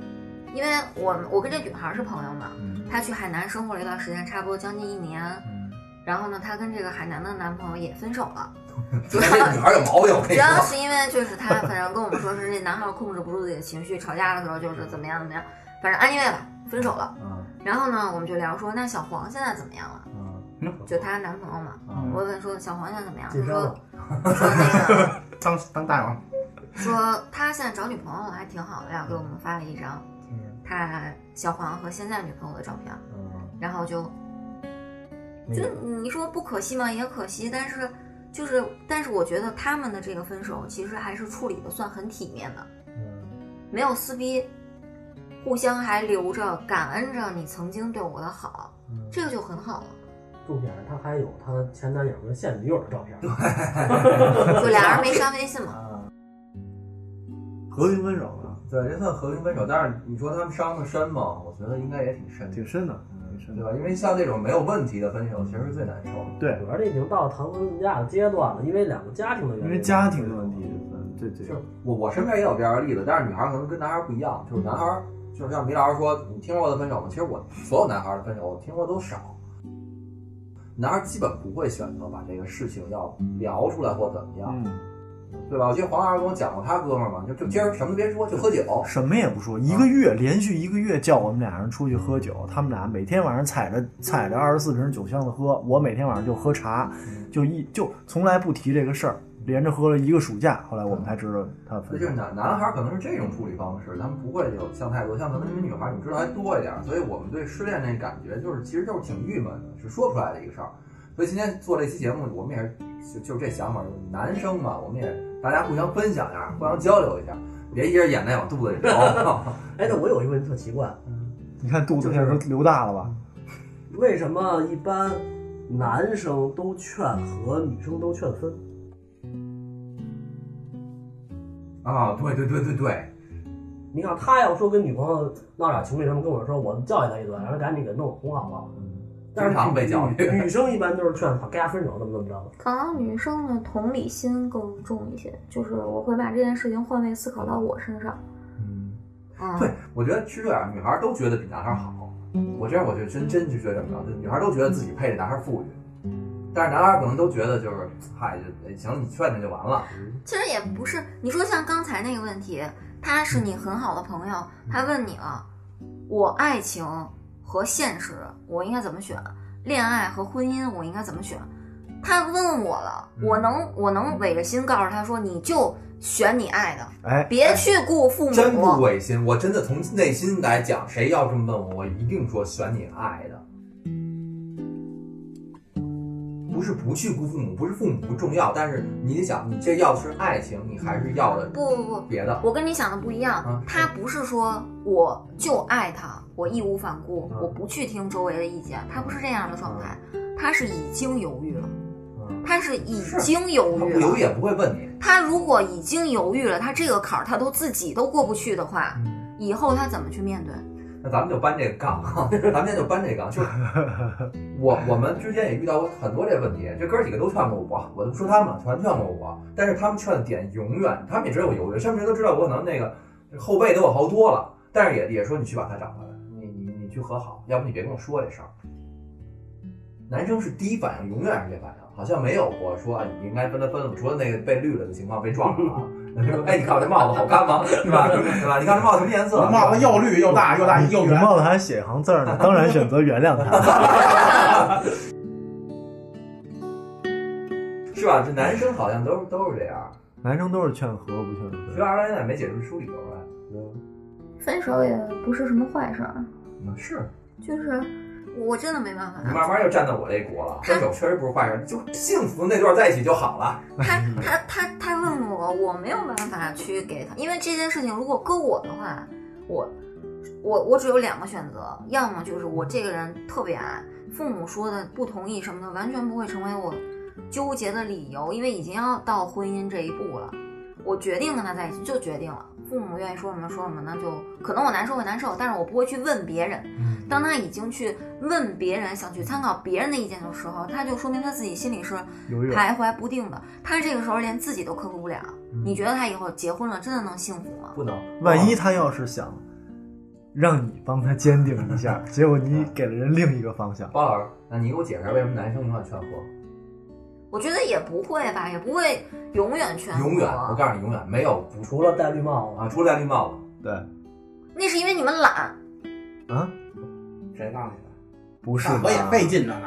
S6: 因为我我跟这女孩儿是朋友嘛，
S2: 嗯
S6: 她去海南生活了一段时间，差不多将近一年。
S2: 嗯，
S6: 然后呢，她跟这个海南的男朋友也分手 了，
S2: 就这女孩儿有毛病，我跟
S6: 主
S3: 哎
S2: 你
S6: 要
S2: 说。
S6: 是因为就是她，反正跟我们说是那男孩儿控制不住自己的情绪，吵架的时候就是怎么样怎么样，反正 anyway 吧，分手了。
S2: 嗯
S6: 然后呢，我们就聊说那小黄现在怎么样了？
S2: 嗯
S6: 就她男朋友嘛，
S2: 嗯
S6: 我问说小黄现在怎么样？
S3: 紧
S6: 她
S3: 张了
S6: 说。说那个
S5: 当当大王，
S6: 说他现在找女朋友了，还挺好的呀，给我们发了一张
S3: 嗯
S6: 他小黄和现在女朋友的照片，
S2: 嗯，
S6: 然后就就你说不可惜吗？也可惜，但是就是但是我觉得他们的这个分手其实还是处理的算很体面的，没有撕逼，互相还留着感恩着你曾经对我的好，
S4: 嗯
S6: 这个就很好了。
S3: 嗯重点是她还有她前男友跟现女友的照片儿。
S6: 就俩人没删微信嘛，
S4: 和平分手了，
S2: 对，这算和平分手，但是你说他们伤的深吗？我觉得应该也挺深的，
S4: 挺深的，挺
S2: 嗯
S4: 深
S2: 对
S4: 的。
S2: 吧？因为像这种没有问题的分手，其实是最难受的。
S4: 对，
S3: 主要这已经到了谈婚论嫁的阶段了，因为两个家庭的原
S4: 因为家庭的问题，嗯，对对
S2: 就，是我我身边也有这样的例子，但是女孩可能跟男孩不一样，就是男孩就是像米老师说，你听说过的分手吗？其实我所有男孩的分手，我听过都少。男孩基本不会选择把这个事情要聊出来或怎么样，
S4: 嗯，
S2: 对吧？我记得黄老师跟我讲过他哥们儿嘛，就就今儿什么都别说，就喝酒。
S4: 什么也不说，一个月连续一个月叫我们俩人出去喝酒，他们俩每天晚上踩着踩着二十四瓶酒箱子喝，我每天晚上就喝茶，就一就从来不提这个事儿，连着喝了一个暑假，后来我们才知道他
S2: 所
S4: 分
S2: 以就
S4: 手
S2: 是。男男孩可能是这种处理方式，他们不会有想太多，像可能你们女孩你们知道还多一点，所以我们对失恋这感觉就是其实就是挺郁闷的，是说不出来的一个事儿。所以今天做这期节目，我们也是就就这想法，就是男生嘛，我们也大家互相分享一下，互相交流一下，别一人眼泪往肚子里流。
S3: 哎，那我有一个问题特奇怪，
S4: 你看肚子现在都流大了吧？
S3: 为什么一般男生都劝和，女生都劝分？
S2: 啊，对对对对对，
S3: 你看他要说跟女朋友闹点情绪什么，跟我说，我教育他一顿，让他赶紧给弄哄好了。但
S2: 嗯经常被
S3: 是
S2: 教
S3: 女
S2: 育。
S3: 女生一般都是劝他该分手怎么怎么着的。
S6: 可能女生的同理心更重一些，就是我会把这件事情换位思考到我身上。嗯，
S2: 对，我觉得是这样，女孩都觉得比男孩好。我这样，我就真真就觉得什么着，就女孩都觉得自己配着男孩富裕，但是男孩可能都觉得就是，嗨，就哎行，你劝劝就完了。
S6: 其实也不是，你说像刚才那个问题，他
S2: 嗯
S6: 是你很好的朋友，他问你了，我爱情和现实我应该怎么选？恋爱和婚姻我应该怎么选？他问我了，
S2: 嗯
S6: 我能我能违着心告诉他说，你就选你爱的，
S4: 哎，
S6: 别去顾父母。
S2: 真不违心，我真的从内心来讲，谁要这么问我，我一定说选你爱的。不是不去顾父母，不是父母不重要，但是你得想，你这要的是爱情，你还是要的
S6: 不不不，
S2: 别的。
S6: 我跟你想的不一样，
S2: 啊
S6: 他不是说我就爱他，我义无反顾，
S2: 啊
S6: 我不去听周围的意见，他不是这样的状态，他是已经犹豫了，
S2: 嗯
S6: 他是已
S2: 是
S6: 经犹
S2: 他不
S6: 豫
S2: 犹
S6: 了
S2: 豫。也不会问你。
S6: 他如果已经犹豫了，他这个坎儿他都自己都过不去的话，
S2: 嗯
S6: 以后他怎么去面对？
S2: 那咱们就搬这个杠，咱们今天就搬这个杠。就是我我们之间也遇到过很多这个问题，这哥儿几个都劝过我，我都不说他们了，全劝过我。但是他们劝的点永远，他们也知道我犹豫，甚至都知道我可能那个后背都往后多了，但是也也说你去把他找回来，你你你去和好，要不你别跟我说这事儿。男生是第一反应，永远是这反应，好像没有过说哎你应该跟他分了，除了那个被绿了的情况，被撞上了。说哎，你看我这帽子好看吗？对吧？对吧？你看这帽子什么颜色？
S5: 帽子又绿又大又大
S4: 我
S5: 又
S4: 我
S5: 圆，
S4: 帽子还写一行字儿呢，当然选择原谅他。
S2: 是吧？这男生好像都是都是这样。
S4: 男生都是劝和不劝
S2: 学
S4: 分，
S2: 二来也没解释出理由来。
S6: 分手也不是什么坏事儿，
S2: 嗯，是
S6: 就是我真的没办
S2: 你
S6: 法。
S2: 慢慢又站到我这一国了。分手确实不是坏事，就幸福那段在一起就好了。
S6: 他他他他问我，我没有办法去给他，因为这件事情如果搁我的话，我我我只有两个选择，要么就是我这个人特别矮，父母说的不同意什么的，完全不会成为我纠结的理由，因为已经要到婚姻这一步了。我决定跟他在一起，就决定了。父母愿意说什么说什么，那就可能我难受会难受，但是我不会去问别人。当他已经去问别人，想去参考别人的意见的时候，他就说明他自己心里是
S4: 犹豫了。
S6: 徘徊不定的。他这个时候连自己都克服不了，
S4: 嗯
S6: 你觉得他以后结婚了真的能幸福吗？
S2: 不能，
S4: 万一他要是想让你帮他坚定一下，结果你给了人另一个方向，
S2: 包老师，那你给我解释下为什么男生永远劝和？
S6: 我觉得也不会吧，也不会永远全啊
S2: 永远，我告诉你，永远没有不
S3: 除了戴绿帽子，
S2: 啊，除了戴绿帽子，
S4: 对
S6: 那是因为你们懒。
S4: 啊，
S5: 谁让你
S4: 不
S5: 的？
S4: 是
S5: 上啊河也
S4: 吧？
S5: 费劲着 呢，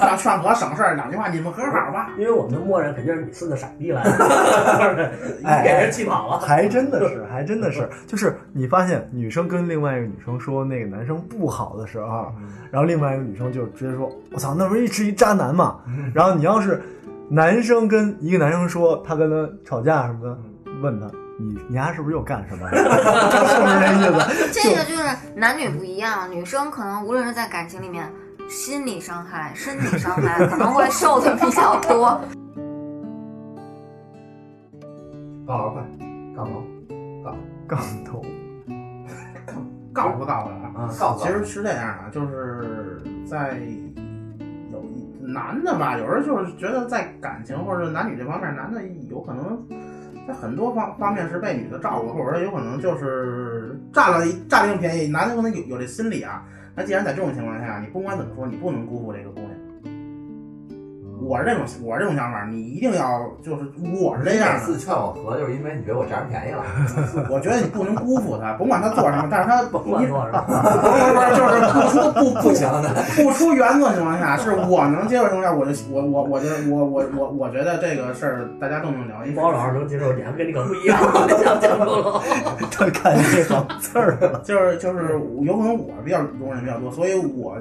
S5: 咱们上上河省事儿，两句话，你们和好吧。
S3: 因为我们默认肯定是你是个傻 逼 来的，
S4: 哎
S3: 你给人气跑了。
S4: 还真的是，还真的是，就是你发现女生跟另外一个女生说那个男生不好的时候，然后另外一个女生就直接说：“我操，那不是一是一渣男嘛？”然后你要是男生跟一个男生说他跟他吵架什么的，问他你你丫是不是又干什么了？ 是不是这意思？
S6: 这个就是男女不一样，女生可能无论是在感情里面，心理伤害、身体伤害可能会受的比较多。
S2: 包老师快干嘛？
S4: 杠头，
S5: 告不告的啊？
S2: 啊，告诉我
S5: 其实是这样的，就是在有一男的吧，有时候就是觉得在感情或者男女这方面，男的有可能在很多方方面是被女的照顾，或者有可能就是占了一占了一个便宜。男的可能有有这心理啊，那既然在这种情况下，你不管怎么说，你不能辜负这个姑娘。
S3: 嗯
S5: 我是这种我是这种想法，你一定要就是我是这样
S2: 每
S5: 的，
S2: 次劝我和，就是因为你觉得我占人便宜 了。
S5: 我觉得你不能辜负他，甭管他做什么，但是他
S3: 甭管 多少，
S5: 不是不是，就是不出不
S2: 不
S5: 不
S2: 行的，
S5: 不出原则的情 况下，是我能接受的情况下，我就我我我就我我我我觉得这个事儿大家都能聊。因为
S3: 包老师能接受，你还跟你可不一 样，想清楚了。
S4: 他看这行字儿了。
S5: 就是就是有可能我比较容忍比较多，所以我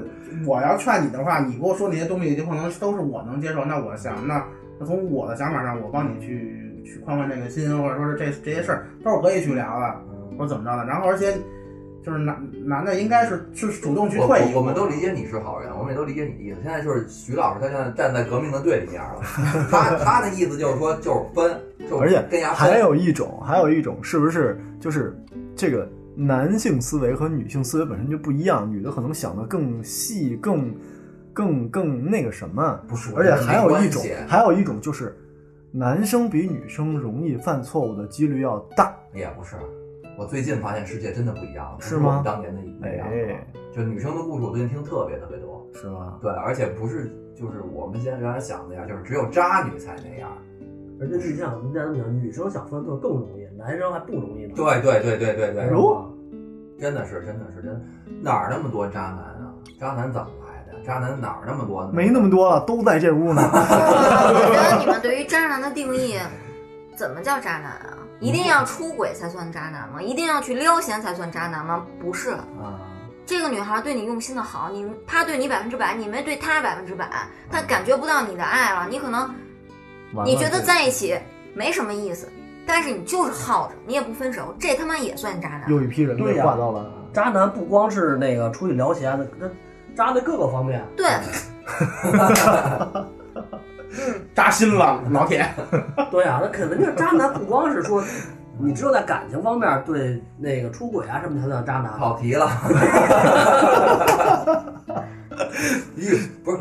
S5: 我要劝你的话，你给我说那些东西，有可能都是我能接受。那我想，那那从我的想法上，我帮你去去宽宽这个心，或者说是这这些事儿都是可以去聊的，或者怎么着的。然后而且就是男男的应该是是主动 去
S2: 我
S5: 退一步
S2: 我我们都理解你是好人，我们也都理解你的意思。现在就是徐老师，他现在站在革命的对立面 了。他他的意思就是说，就是分，就是
S4: 而且
S2: 跟牙
S4: 还
S2: 分。
S4: 有一种，还有一种是不是就是这个男性思维和女性思维本身就不一样，女的可能想的更细、更、更、更那个什么，
S2: 不是
S4: 而且还有一种
S2: 没关，系
S4: 还有一种就是男生比女生容易犯错误的几率要大。
S2: 也不是。我最近发现世界真的不一样了，不
S4: 是
S2: 我们
S4: 吗
S2: 当年的一那样了
S4: 哎，
S2: 就女生的故事，我最近听特别特别多。
S4: 是吧？
S2: 对，而且不是就是我们现在原来想的那样，就是只有渣女才那样。
S3: 而且你想，你想想，女生想犯错更容易，男生还不容易呢。
S2: 对对对对
S4: 哎
S2: 对对，
S3: 哟，
S2: 真的是真的是真的哪儿那么多渣男啊？渣男怎么来的？渣男哪儿那么多呢？
S4: 没那么多了，都在这屋呢。
S6: 我觉得你们对于渣男的定义，怎么叫渣男啊？一定要出轨才算渣男吗？一定要去撩闲才算渣男吗？不是，
S2: 啊，
S6: 这个女孩对你用心的好，你她对你百分之百，你没对她百分之百，她感觉不到你的爱了，你可能
S4: 完了
S6: 你觉得在一起没什么意思，但是你就是耗着，你也不分手，这他妈也算渣男。
S4: 又一批人被
S3: 对呀
S4: 划到了，
S3: 渣男不光是那个出去聊闲的，那渣的各个方面。
S6: 对，
S5: 扎心了，老铁。
S3: 对啊，那肯定渣男不光是说，你只有在感情方面对那个出轨啊什么才算渣男。
S2: 跑题了。 你不是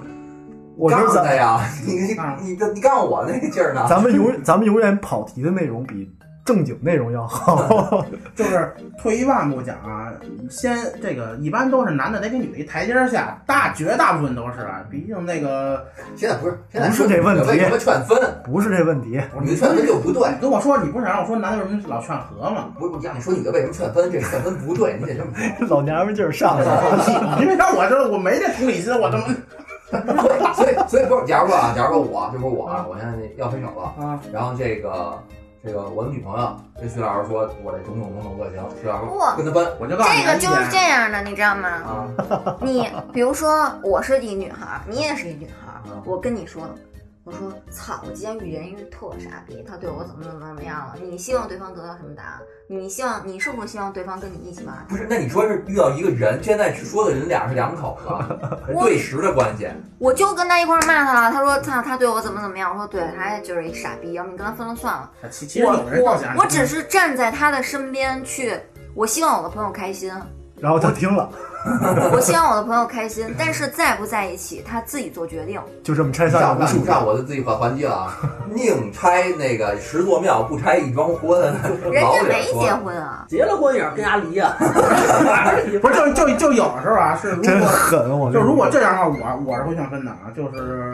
S4: 我觉得
S2: 杠
S4: 咱啊
S2: 的呀？你你你你干我那个劲儿呢？
S4: 咱们永咱们永远跑题的内容比正经内容要好。
S5: 就是退一万步讲啊，先这个一般都是男的得给女的一台阶儿下，大绝大部分都是啊，毕竟那个
S2: 现在不是，现在
S4: 不是这问题
S2: 为什么劝分？
S4: 不是这问题，
S2: 女的劝分就不对。
S5: 跟我说你不是想让我说男的为什么老劝和 吗？
S2: 不是，我让你说女的为什么劝分，这劝分不对，你得这么说。
S4: 老娘们劲儿上来了。
S5: 因为让我这我没这同理心，我这么
S2: 所以，所以不是，假如说啊，假如说我，就说我
S4: 嗯
S2: 啊，我现在要分手了，
S5: 啊，
S2: 然后这个这个我的女朋友跟徐老师说，我这种种种种不行，徐老师说
S6: 哇
S2: 跟他分，
S5: 我就告诉你
S6: 这个
S5: 们
S6: 就是
S5: 一
S6: 这
S5: 点
S6: 样的，你知道吗？
S2: 啊，
S6: 你比如说，我是一女孩儿，你也是一女孩儿
S2: 嗯，
S6: 我跟你说，我说操，我今天遇人一个特傻逼，他对我怎么怎么怎么样了？你希望对方得到什么答案？你希望你是不是希望对方跟你一起玩儿？
S2: 不是，那你说是遇到一个人，现在说的人俩是两口子，对时的关系，
S6: 我就跟他一块儿骂他了，他说他他对我怎么怎么样，我说对，他就是一傻逼，要不你跟他分了算了。
S5: 啊其其实
S6: 我
S5: 有人告诉
S6: 我我只是站在他的身边去，我希望我的朋友 开心，
S4: 然后他听了，
S6: 我希望我的朋友开心，但是在不在一起，他自己做决定。
S4: 就这么拆
S2: 你
S4: 散
S2: 上
S4: 了无
S2: 不
S4: 数
S2: 上上我就自己还还击了啊！宁拆那个十座庙，不拆一桩婚。
S6: 人
S2: 老
S6: 家
S2: 脸
S6: 没
S2: 说
S6: 结婚啊，
S3: 结了婚也是跟家离啊，哪儿离
S5: 不是就就就有的时候啊，是如
S4: 真
S5: 果
S4: 狠！我
S5: 就如 果这样的话，我我是会劝分的啊，就是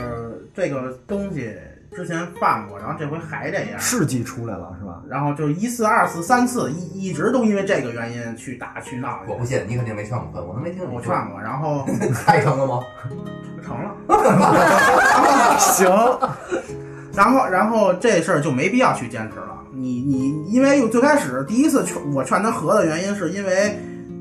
S5: 这个东西之前犯过，然后这回还这样。
S4: 事迹出来了是 吧？
S5: 然后就一次、二次、三次，一一直都因为这个原因去打去闹去。
S2: 我不信，你肯定没劝过分，我都没听你
S5: 我
S2: 说
S5: 劝过，然后
S2: 拆成了吗？
S5: 成了，
S4: 行，
S5: 然后然后这事儿就没必要去坚持了。你你因为最开始第一次劝我劝他和的原因，是因为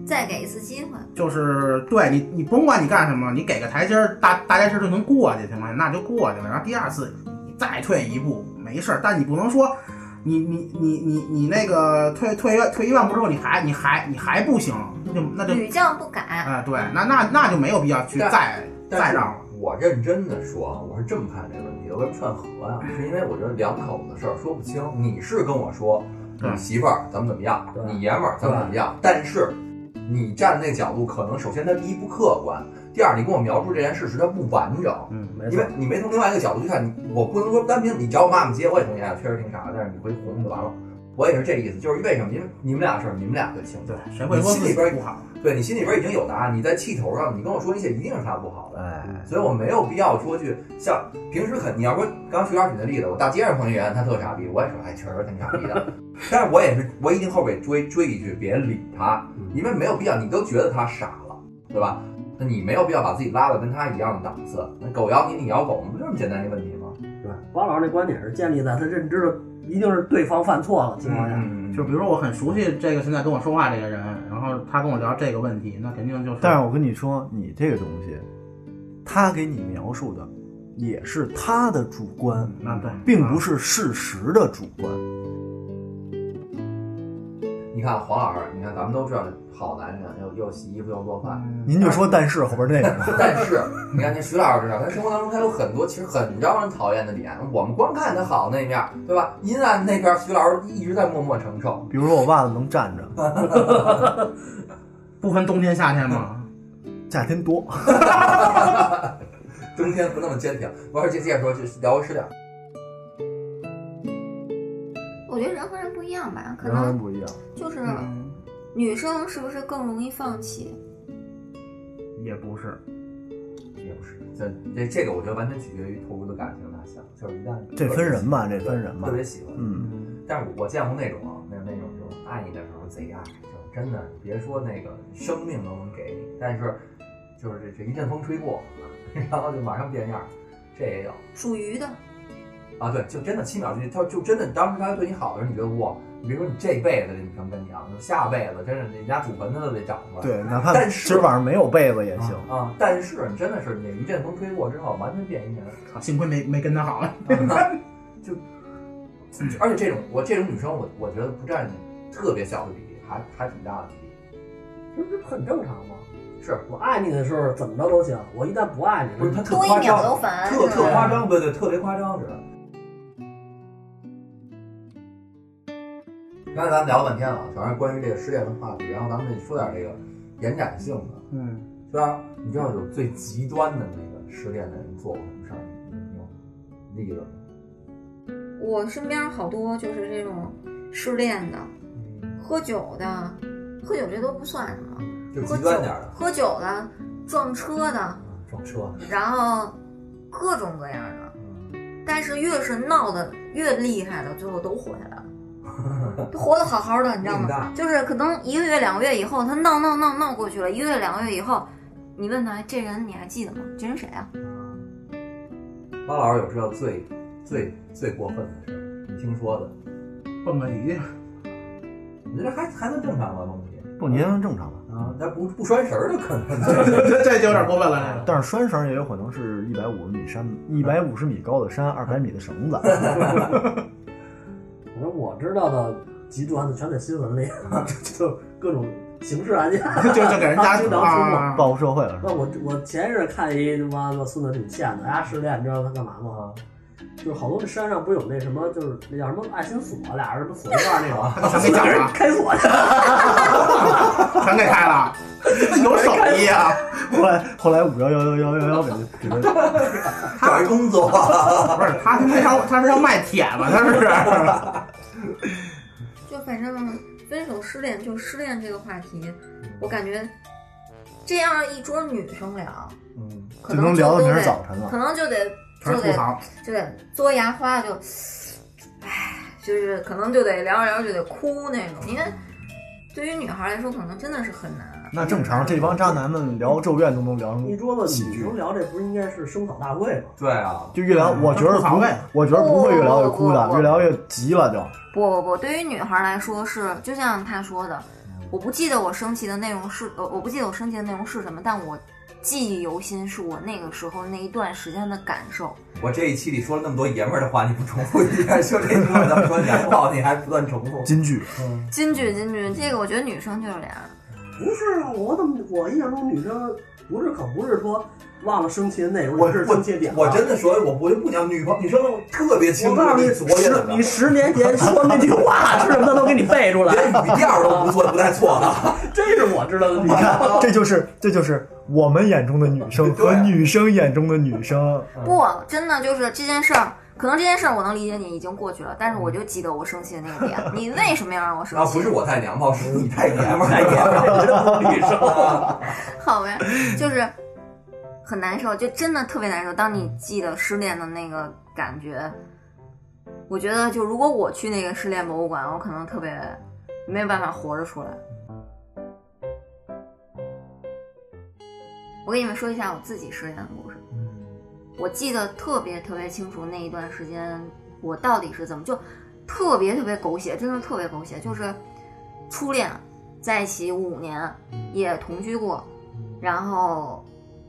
S6: 再给一次机会。
S5: 就是对你你甭管你干什么，你给个台阶儿，大大家事儿就能过去，情况下那就过去了。然后第二次你再退一步没事儿，但你不能说你你你你你那个退退一退一万步之后，你还你还你还不行，那就那就
S6: 屡教不改，
S5: 啊、对，那那那就没有必要去
S2: 但
S5: 再
S2: 但
S5: 再
S2: 是
S5: 让了。
S2: 我认真的说，啊我是这么看这个问题的。我为什么劝和呀、是因为我觉得两口子事儿说不清。你是跟我说，
S5: 嗯对
S2: 你媳妇儿咱们怎么样，
S3: 对
S2: 你爷们儿咱们怎么样，但是你站的那个角度，可能首先他第一不客观，第二你跟我描述这件事实它不完整。
S5: 嗯，
S3: 没
S2: 因
S3: 错
S2: 为，你没从另外一个角度去看，你我不能说单凭你找我妈妈接，我也同意啊，确实挺傻的，但是你回去哄就完了。我也是这意思，就是为什么？因为你们俩的事儿，你们俩最清楚
S5: 对。，谁会说
S2: 你心
S5: 自
S2: 里
S5: 己
S2: 边
S5: 不好？
S2: 对你心里边已经有答案，你在气头上，你跟我说一些一定是他不好的。
S5: 哎，
S2: 所以我没有必要说去像平时很，你要说刚刚徐老师举的例子，我大街上碰一人，他特傻逼，我也说哎，确实挺傻逼的， 但是我也是我一定后悔追追一句，别理他，
S5: 嗯
S2: 因为没有必要，你都觉得他傻了，对吧？那你没有必要把自己拉到跟他一样的档次，那狗咬你，你咬狗，不就这么简单一个问题吗？
S3: 对，王老师那观点是建立在他认知的一定是对方犯错了情况下，
S2: 嗯
S5: 啊就比如说我很熟悉这个现在跟我说话这个人，然后他跟我聊这个问题，那肯定就是。
S4: 但是我跟你说，你这个东西，他给你描述的也是他的主观，
S5: 那对，啊
S4: 并不
S5: 是
S4: 是事实的主观。
S2: 你看黄老师，你看咱们都知道好男人，又又洗衣服又做饭，
S5: 嗯
S4: 您就说但是后边那个吧，
S2: 但是你看，那徐老师知道，他生活当中他有很多其实很招人讨厌的点。我们光看他好那面，对吧？阴暗那边，徐老师一直在默默承受。
S4: 比如说我袜子能站着，
S5: 不分冬天夏天嘛。
S4: 夏天多，
S2: 冬天不那么坚挺。我说接接着说，就聊个吃点。
S6: 我觉得人和人不一样吧，可
S4: 人和人
S6: 能
S4: 不一样。
S6: 就是
S5: 嗯，
S6: 女生是不是更容易放弃？
S5: 也不是，
S2: 也不是，这这这个我觉得完全取决于投入的感情大小，就是一旦
S4: 这分人吧，这分人吧
S2: 特。别喜欢。
S4: 嗯，
S2: 但是我见过那种啊，那那种就是爱你的时候贼爱，就是真的，你别说那个生命都能给你，但是就是这这一阵风吹过， 然后就马上变样，这也有。
S6: 属于的，
S2: 啊，对，就真的七秒之内，他就真的当时他对你好的时候，你觉得哇，你别说你这辈子这女生跟你啊，就下辈子真是人家祖坟他都得找出来。
S4: 对，哪怕
S2: 但是
S4: 今儿晚上没有被子也行。
S2: 啊，但是你真的是你一阵风吹过之后，完全变一人。
S5: 操幸亏没没跟他好。
S4: 嗯
S2: 而且这种我这种女生我，我觉得不占特别小的比例，还还挺大的比例。
S3: 这不是很正常吗？
S2: 是，
S3: 我爱你的时候怎么着都行，我一旦不爱你
S2: 不是
S3: 了，
S2: 她特
S6: 多一
S2: 夸
S6: 秒都
S2: 张，
S6: 烦，
S2: 特
S6: 是
S2: 特
S6: 吧
S2: 夸张，对对，特别夸张是。刚才咱们聊了半天了，主要是关于这个失恋的话题，然后咱们说点这个延展性的。
S5: 嗯，
S2: 对啊，你知道有最极端的那个失恋的人做过什么事儿？你有例子吗？
S6: 我身边好多就是这种
S7: 失恋的、喝酒的，喝酒这都不算什么，
S2: 就是
S7: 喝
S2: 极
S7: 酒
S2: 端点儿的。
S7: 喝酒的、撞车的，
S3: 撞车，
S7: 然后各种各样的。但是越是闹得越厉害的，最后都活下来了， 都活得好好的，你知道
S2: 命
S7: 吗
S2: 大？
S7: 就是可能一个月、两个月以后，他闹闹闹闹过去了，一个月、两个月以后，你问他这人你还记得吗？这人谁啊？
S2: 汪老师有知道最最最过分的事儿？你听说的？
S5: 蹦个迪
S2: 你这还还算正常吧，梦姐？
S4: 不，您正常吧？
S2: 啊，那不不拴绳儿的可能
S5: 这这就有点过分了，
S4: 但是拴绳也有可能是一百五十米山，一百五十米高的山，二百米的绳子。
S3: 反正我知道的极端的全在新闻里， 就各种刑事案件。啊
S5: 这个 就就给人家
S3: 经常出没
S5: 啊，
S4: 报复社会了是吧？
S3: 那我我前一阵看一他妈的孙子挺欠的，人家失恋，你知道他干嘛吗？就是好多这山上不是有那什么，就是那叫什么爱心锁，俩人什么锁一块儿那种，
S5: 全给
S3: 俩
S5: 讲
S3: 人
S5: 了，
S3: 开锁去，
S5: 全给开了，有手艺啊，
S4: 后来后来五幺幺幺幺幺幺给给他
S2: 找一工作，
S5: 不是他他是要他是要卖铁吗？他是
S7: 就反正分手、失恋，就失恋这个话题，
S4: 嗯
S7: 我感觉这样一桌女生聊，
S2: 嗯，
S7: 可
S4: 就
S7: 能
S4: 能
S7: 就
S4: 聊到
S7: 都
S4: 明儿
S7: 得，
S4: 早晨了
S7: 可。能就得
S5: 全
S7: 就是
S5: 吐
S7: 得
S5: 槽，
S7: 就得嘬牙花就，唉，就是可能就得聊着聊着就得哭那种，因为对于女孩来说，可能真的是很难。啊
S4: 那正常，这帮渣男们聊《咒怨》都能聊
S3: 一
S4: 成，
S3: 桌子
S4: 喜
S3: 女
S4: 剧
S3: 生聊这不是应该是声讨大会吗？
S2: 对啊，
S4: 就越聊，我觉
S5: 那
S4: 得
S5: 无所谓
S4: 不，我觉得不会越聊越哭的，越聊越急了就。
S7: 不不不，对于女孩来说是，就像他说的，
S4: 嗯
S7: 我不记得我生气的内容是，呃，我不记得我生气的内容是什么，但我记忆犹新，是我那个时候那一段时间的感受。
S2: 我这一期里说了那么多爷们儿的话，你不重复一遍，说这句话咱们说娘炮，你还不断重复。
S4: 金句，
S7: 金句金句，这个我觉得女生就是这样。
S3: 不是啊，我怎么我印象中女生不是可不是说忘了生气的内容，
S2: 我
S3: 也是生气的点啊
S2: 我真的说，我我就不讲女朋女生，我特别清
S3: 我
S2: 楚
S3: 告诉你，
S2: 昨天
S3: 十
S2: 怎么
S3: 你十年前说那句话是什么，他都给你背出来，
S2: 连语调都不错，不带错的。
S3: 这是我知道的
S4: 你看，这就是这就是我们眼中的女生和女生眼中的女生。
S2: 嗯
S7: 不，真的就是这件事儿，可能这件事儿我能理解你已经过去了，但是我就记得我生气的那 个点，你为什么要让我生
S2: 啊，
S7: 气？
S2: 不是我太娘炮，是你太爷们儿，太爷们儿。
S3: 女
S2: 啊
S3: 生。
S7: 好呗，就是很难受，就真的特别难受。当你记得失恋的那个感觉，我觉得就如果我去那个失恋博物馆，我可能特别没有办法活着出来。我给你们说一下我自己失恋的故事。我记得特别特别清楚那一段时间我到底是怎么就特别特别狗血，真的特别狗血，就是初恋在一起五年，也同居过，然后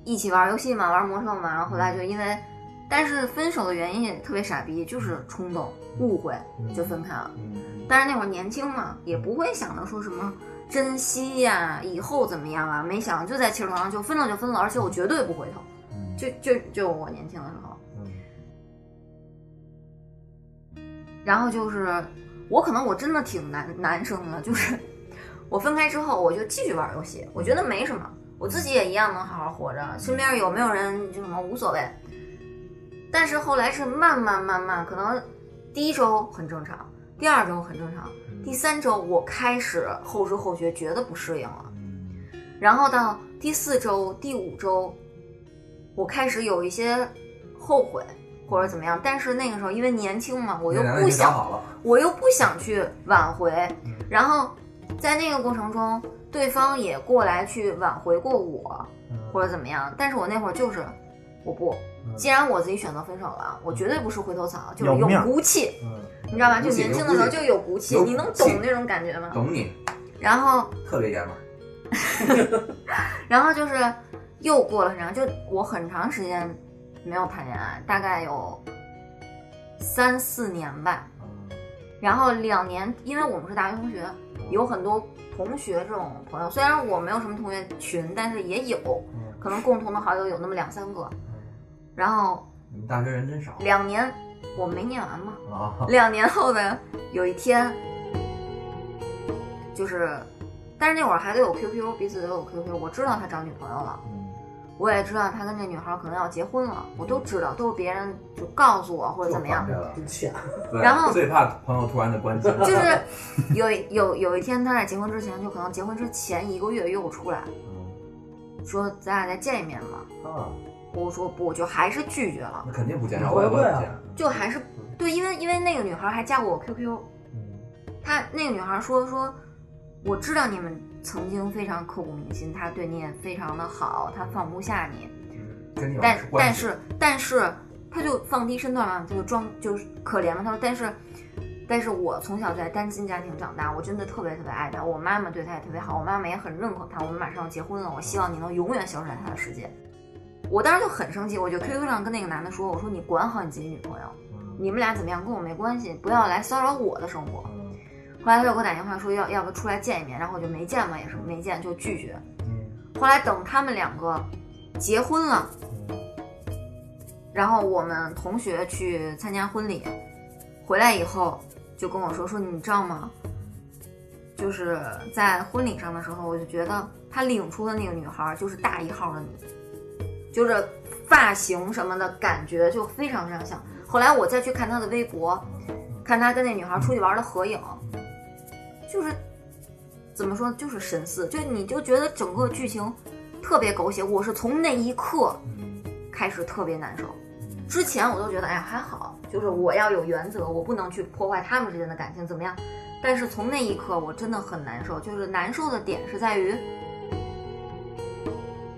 S7: 一起玩游戏嘛，玩魔兽嘛，然后后来就因为，但是分手的原因也特别傻逼，就是冲动误会就分开了。但是那会儿年轻嘛，也不会想着说什么珍惜呀、以后怎么样啊，没想就在气头上就分了就分了，而且我绝对不回头。
S1: 嗯
S7: 就就就我年轻的时候，然后就是我可能我真的挺男男生的，就是 我分开之后我就继续玩游戏，我觉得没什么，我自己也一样能好好活着，身边有没有人就什么无所谓。但是后来是慢慢慢慢，可能第一周很正常，第二周很正常，第三周我开始后知后觉觉得不适应了，然后到第四周、第五周，我开始有一些后悔或者怎么样，但是那个时候因为年轻嘛，我又
S2: 那男的
S7: 不
S2: 已经找
S7: 想
S2: 好了，
S7: 我又不想去挽回，然后在那个过程中，对方也过来去挽回过我，或者怎么样，但是我那会儿就是我不，
S4: 嗯
S7: 既然我自己选择分手了，我绝对不是回头草，就是
S4: 有
S7: 有
S4: 面儿
S7: 骨气，
S4: 嗯
S7: 你知道吧？就
S2: 有骨气
S7: 年轻的时候就有骨气，
S2: 有骨
S7: 你
S2: 气
S7: 能懂那种感觉吗？
S2: 懂你，
S7: 然后，
S2: 特别爷们儿。
S7: 然后就是又过了很长，就我很长时间没有谈恋爱，大概有三四年吧。
S2: 嗯
S7: 然后两年，因为我们是大学同学，有很多同学这种朋友，虽然我没有什么同学群，但是也有，
S2: 嗯
S7: 可能共同的好友有那么两三个。然后
S2: 你们大学人真少
S7: 两年，我没念完嘛，
S2: 啊！
S7: 两年后呢，有一天，就是，但是那会儿还得有 QQ，彼此都有 QQ，我知道他找女朋友了，我也知道他跟这女孩儿可能要结婚了，我都知道，都是别人就告诉我或者怎么样
S2: 就。绑架了
S3: 真欠。
S2: 对
S7: 然后
S2: 最怕朋友突然的关心，
S7: 就是有一有有一天，他在结婚之前，就可能结婚之前一个月约我出来，
S2: 嗯
S7: 说咱俩再见一面吧。
S2: 啊，
S7: 我说不，我就还是拒绝了，
S2: 那肯定不见，
S3: 你
S2: 然后我也不啊
S3: 回不了
S2: 见。
S7: 就还是对，因为因为那个女孩还加过我 QQ，她那个女孩说说，我知道你们曾经非常刻骨铭心，她对你也非常的好，她放不下你，
S2: 跟你有
S7: 但
S2: 关
S7: 但
S2: 系
S7: 是但是他就放低身段嘛，他就装就是可怜嘛。他说，但是但是我从小在单亲家庭长大，我真的特别特别爱他，我妈妈对他也特别好，我妈妈也很认可他。我们马上要结婚了，我希望你能永远消失在他的世界。我当时就很生气，我就 QQ 上跟那个男的说：“我说你管好你自己女朋友，
S2: 嗯
S7: 你们俩怎么样跟我没关系，不要来骚扰我的生活。”
S2: 嗯
S7: 后来他就给我打电话说要要不出来见一面，然后我就没见嘛，也是没见就拒绝。
S2: 嗯
S7: 后来等他们两个结婚了，然后我们同学去参加婚礼，回来以后就跟我说说你知道吗？就是在婚礼上的时候，我就觉得他领出的那个女孩就是大一号的你，就是发型什么的感觉就非常非常像。后来我再去看他的微博，看他跟那女孩出去玩的合影，就是怎么说，就是神似，就你就觉得整个剧情特别狗血。我是从那一刻开始特别难受，之前我都觉得哎呀还好，就是我要有原则，我不能去破坏他们之间的感情，怎么样？但是从那一刻我真的很难受，就是难受的点是在于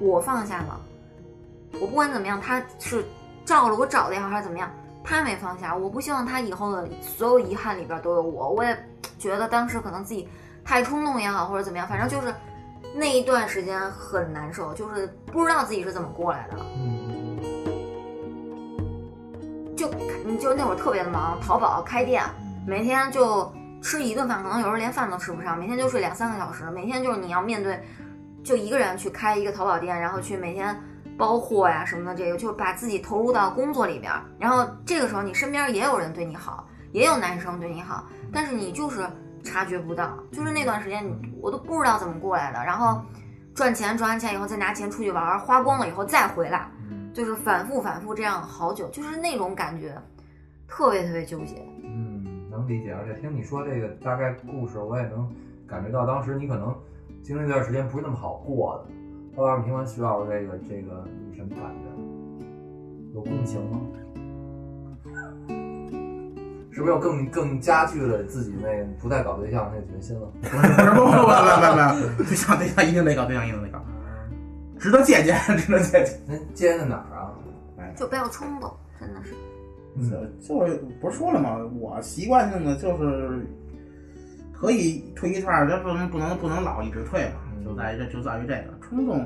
S7: 我放下了，我不管怎么样，他是照了我找的也好还是怎么样，他没放下，我不希望他以后的所有遗憾里边都有我。我也觉得当时可能自己太冲动也好，或者怎么样，反正就是那一段时间很难受，就是不知道自己是怎么过来的。就你就那会儿特别的忙，淘宝开店，每天就吃一顿饭，可能有时候连饭都吃不上，每天就睡两三个小时，每天就是你要面对，就一个人去开一个淘宝店，然后去每天包货呀什么的，这个就把自己投入到工作里边儿。然后这个时候你身边也有人对你好，也有男生对你好，但是你就是察觉不到，就是那段时间你我都不知道怎么过来的。然后赚钱赚完钱以后再拿钱出去玩儿，花光了以后再回来，
S2: 嗯
S7: 就是反复反复这样好久，就是那种感觉，特别特别纠结。
S2: 嗯，能理解，而且听你说这个大概故事，我也能感觉到当时你可能经历那段时间不是那么好过的。后来你听完徐老师这个这个，你什么感觉？有共情吗？ 是不是又更更加剧了自己那不再搞对象那决心了？
S5: 不是不不不不不不，对象对象一定得搞，对象一定得搞，值得借鉴， 值得借鉴。
S2: 那接在哪儿啊？
S7: 就不要冲动，真的是。
S5: 嗯就是不是说了吗？我习惯性的就是可以退一趟，但不能不能不能老一直退嘛，就在于这就在于这个冲动，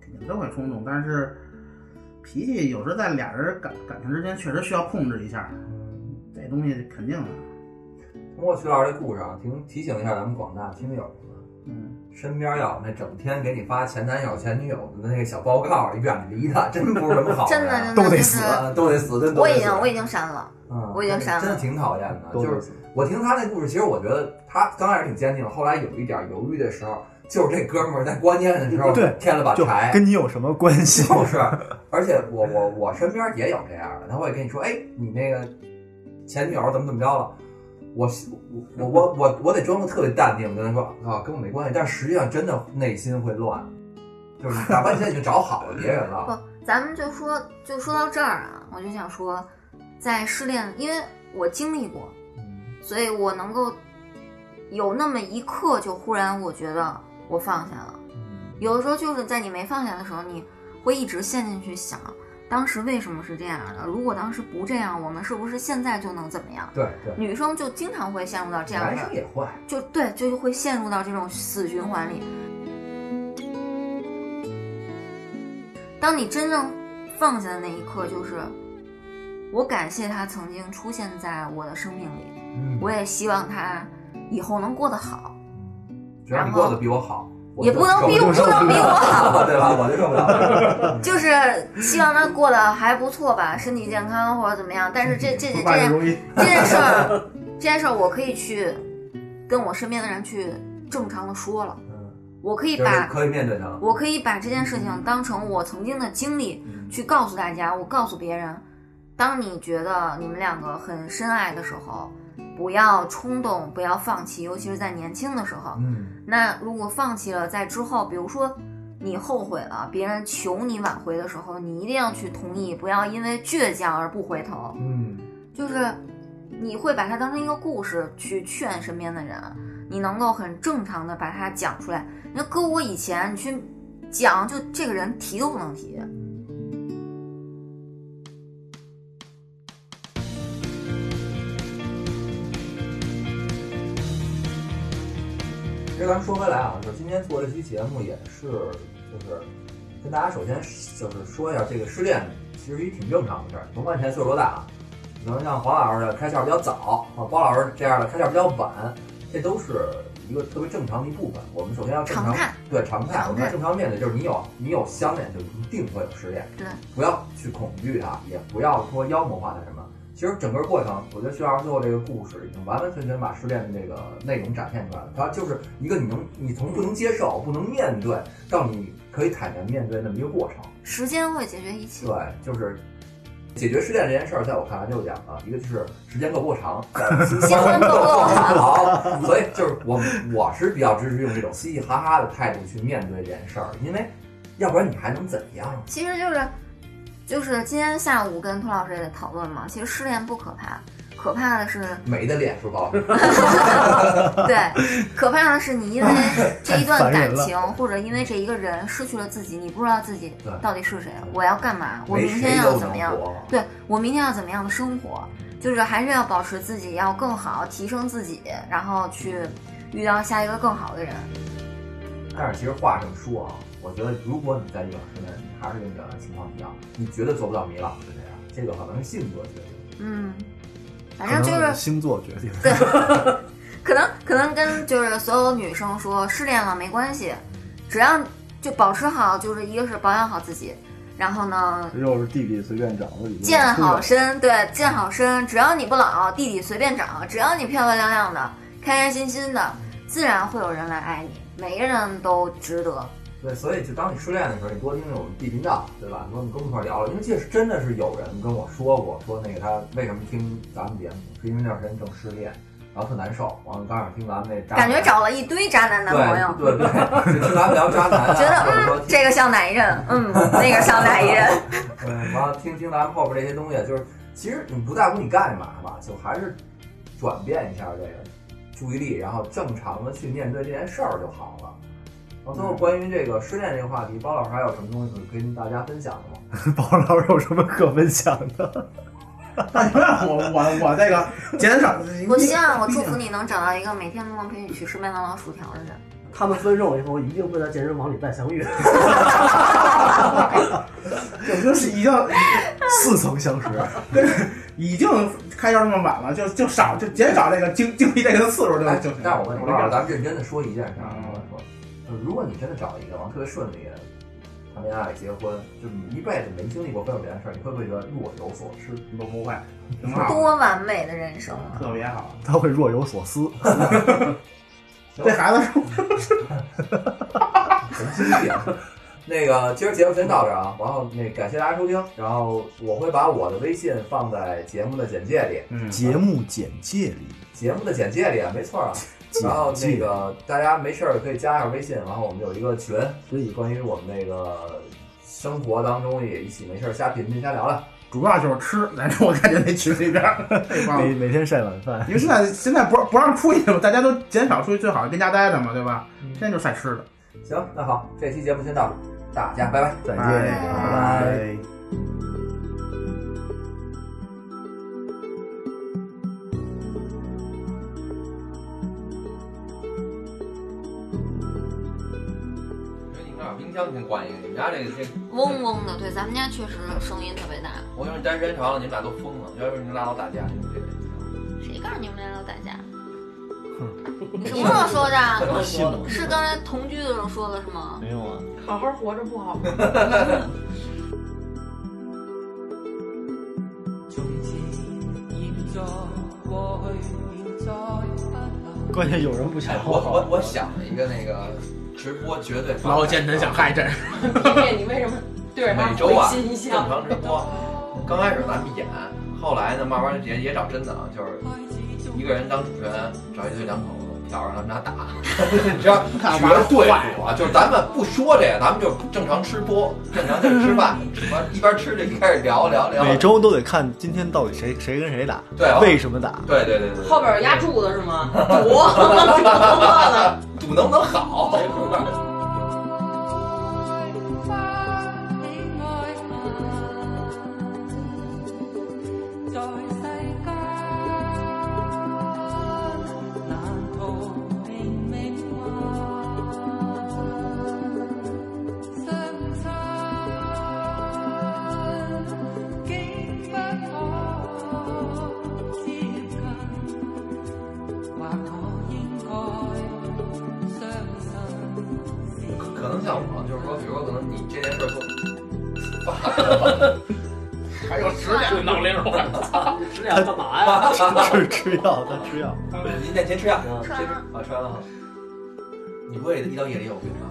S5: 肯定都会冲动，但是脾气有时候在俩人感感情之间确实需要控制一下，这东西肯定的，
S2: 嗯通过徐老师这故事啊，提提醒一下咱们广大听友。
S5: 嗯。
S2: 身边要有那整天给你发前男友、前女友的那个小报告，愿你离他，真不是什么好人
S7: 真的真的
S4: 都得
S7: 就是
S4: 死
S2: 啊，都得死，真都
S7: 我
S2: 得
S7: 已
S2: 死。
S7: 经我已经删了，
S2: 嗯
S7: 我已经删了
S2: 真的挺讨厌的。
S4: 都
S2: 就是是我听他那故事，其实我觉得他刚开始挺坚定，后来有一点犹豫的时候，就是这哥们儿在关键的时候
S4: 对
S2: 添了把
S4: 就
S2: 柴，
S4: 跟你有什么关 系？
S2: 就是，而且我我我身边也有这样的，他会跟你说，哎，你那个前女友怎么怎么着了。我我我我我得装的特别淡定，跟他说啊，跟我没关系。但实际上真的内心会乱，就是哪怕你现在已经找好了别人 了，
S7: 不，咱们就说就说到这儿啊，我就想说，在失恋，因为我经历过，所以我能够有那么一刻就忽然我觉得我放下了。有的时候就是在你没放下的时候，你会一直陷进去想，当时为什么是这样的？如果当时不这样，我们是不是现在就能怎么样？
S2: 对对，
S7: 女生就经常会陷入到这样
S2: 男
S7: 的
S2: 生也会。
S7: 就对，就会陷入到这种死循环里。当你真正放下的那一刻，就是我感谢他曾经出现在我的生命里，
S2: 嗯
S7: 我也希望他以后能过得好，
S2: 只要你过得比我好，我
S7: 也
S2: 就
S7: 不能
S2: 受
S7: 比
S2: 了
S7: 不能比我好，
S2: 对吧？我就受不了。
S7: 就是希望他过得还不错吧，身体健康或者怎么样。但是这这这这
S5: 外
S7: 件
S5: 容易
S7: 这件事儿，这件事儿我可以去跟我身边的人去正常的说了。
S2: 嗯
S7: 我可以
S2: 就是
S7: 把
S2: 可以面对它。
S7: 我可以把这件事情当成我曾经的经历
S2: 嗯
S7: 去告诉大家，我告诉别人，当你觉得你们两个很深爱的时候，不要冲动，不要放弃，尤其是在年轻的时候。
S2: 嗯，
S7: 那如果放弃了，在之后，比如说你后悔了，别人求你挽回的时候，你一定要去同意，不要因为倔强而不回头。
S2: 嗯，
S7: 就是你会把它当成一个故事去劝身边的人，你能够很正常的把它讲出来。你说搁我以前，你去讲，就这个人提都不能提。
S2: 这咱说回来啊，就是今天做这期节目也是，就是跟大家首先就是说一下，这个失恋其实一挺正常的事儿，甭管你现在岁数多大啊，可能像黄老师的开窍比较早，啊，包老师这样的开窍比较晚，这都是一个特别正常的一部分。我们首先要正常
S7: 常态
S2: 对常态，
S7: 常态
S2: 我们要正常面对，就是你有你有相恋，就一定会有失恋，
S7: 对，
S2: 不要去恐惧它，也不要说妖魔化它什么。其实整个过程，我觉得薛老师最后这个故事已经完完全全把失恋的这个内容展现出来了。它就是一个你能你从不能接受、不能面对，到你可以坦然面对那么一个过程。
S7: 时间会解决一切。
S2: 对，就是解决失恋这件事儿，在我看来就两个，一个就是时间够不够 长，
S7: 新 婚够不够
S2: 好，所以就是我我是比较支持用这种嘻嘻哈哈的态度去面对这件事儿，因为要不然你还能怎样？
S7: 其实就是，就是今天下午跟涂老师也在讨论嘛。其实失恋不可怕，可怕的是
S2: 没得脸是吧？
S7: 对，可怕的是你因为这一段
S4: 太烦
S7: 感
S4: 人了
S7: 情，或者因为这一个人失去了自己，你不知道自己
S2: 对
S7: 到底是谁，我要干嘛，我
S2: 没
S7: 明天
S2: 谁
S7: 要
S2: 都
S7: 怎么
S2: 能
S7: 样，
S2: 活
S7: 对我明天要怎么样的生活，就是还是要保持自己要更好，提升自己，然后去遇到下一个更好的人。
S2: 但是其实话这么说啊，我觉得如果你在遇到失恋，你还是跟原来情况一样，你绝对做不到米老师这样，这个可能是性格决定。
S7: 嗯，反
S4: 可
S7: 正
S4: 能
S7: 就是
S4: 星座决定。
S7: 可能可能跟就是所有女生说失恋了没关系，只要就保持好，就是一个是保养好自己，然后呢
S4: 肉是地里随便长的，里面
S7: 健
S4: 粗的
S7: 好身，对健好身，只要你不老，弟弟随便长，只要你漂漂亮亮的，开开心心的，自然会有人来爱你，每个人都值得。
S2: 对，所以就当你失恋的时候，你多听听我们地频道，对吧？你说你跟我们一块儿聊聊，因为这是真的是有人跟我说过，说那个他为什么听咱们节目，是因为那段时间正失恋，然后特难受，完了刚想听咱们那渣男
S7: 感觉找了一堆渣男男朋友，
S2: 对对对， 就听咱们聊渣男啊，
S7: 觉得
S2: 或者说
S7: 嗯这个像哪一任， 嗯那个像哪一任，
S2: 嗯，然后听听咱们后边这些东西，就是其实你不在乎你干嘛吧，就还是转变一下这个注意力，然后正常的去面对这件事儿就好了。然后最后关于这个失恋这个话题，包老师还有什么东西可以跟大家分享的吗？
S4: 包老师有什么可分享的？
S5: 我我我这个减少，
S7: 我希望我祝福你能找到一个每天都能陪你去吃麦当劳薯条的人。
S3: 他们分手以后一定会在健身房里再 相遇。
S5: 已经是已经
S4: 似曾相识，
S5: 已经开窍这么晚了，就就少就减少这个经经历这个次 数就
S2: 哎
S5: 就行。
S2: 但是我跟你
S5: 我
S2: 说，咱们认真的说一件事啊，我跟你说，就是如果你真的找一个完特别顺利，谈恋爱、结婚，就是你一辈子没经历过分手这件事儿，你会不会觉得若有所失？
S5: 不不会，挺
S2: 啊
S5: 好，
S7: 多完美的人生啊！
S5: 特别好。
S4: 他会若有所思。
S5: 这孩子是
S2: 什么经历啊？ 那个，今儿节目先到这儿啊，然后那感谢大家收听，然后我会把我的微信放在节目的简介里，
S5: 嗯
S4: 节目简介里，
S2: 节目的简介里啊，没错啊。
S4: 简
S2: 然后那
S4: 介
S2: 个大家没事儿可以加一下微信，然后我们有一个群，所以关于我们那个生活当中也一起没事儿瞎贫贫瞎聊聊。
S5: 主要就是吃，反正我感觉那群里边儿，这
S1: 啊
S5: 帮
S4: 每每天晒晚饭，
S1: 哎
S5: 因为现在现在不不让出去嘛，大家都减少出去，最好跟家待着嘛，对吧？现在就晒吃的。
S2: 行，那好，这期节目先到这儿，大家拜拜。
S4: 再见。
S5: 哎拜
S2: 拜
S1: 我觉得你们俩冰箱先关一个，你们家这个这，
S7: 嗡嗡的，对，咱们家确实声音特别大。
S1: 我跟你说，待时间长了，你们俩都疯了，要不然你们俩老打架，你们这人。
S7: 谁告诉你们俩要打架？你什么时候说的？啊
S4: 信吗？
S7: 是刚才同居的时候说的是吗？
S4: 没有啊。
S8: 好好活着不好吗？
S9: 从前、现在、过去、现在不留。
S4: 关键有人不想
S1: 哎，我我我想了一个那个直播绝对发
S5: 老简单想害这 人，
S9: 这面你为什么对着他
S1: 每周啊
S9: 会心一
S1: 正
S9: 笑？
S1: 常直播。刚开始咱们演，后来呢，慢慢也也找真的啊，就是一个人当主持人，找一对两口子挑着他们俩打，你知道
S5: 看
S1: 绝
S5: 玩儿
S1: 对
S5: 坏
S1: 火。就是咱们不说这个，咱们就正常吃播，正常在吃饭，什么一边吃着一边开始聊聊聊。
S4: 每周都得看今天到底谁谁跟谁打，
S1: 对啊
S4: 为什么打？
S1: 对对对对，
S9: 后边有压柱子是 吗？堵，堵了。
S1: 赌能不能好？可能像我，就是说，比如说，可能你这件事儿说，
S5: 还有十两闹铃儿，
S3: 这俩干嘛呀？
S4: 吃吃药，他吃药。
S1: 您在先吃药，
S3: 嗯
S1: 先吃啊，吃完了哈。你不会一到夜里有病吧？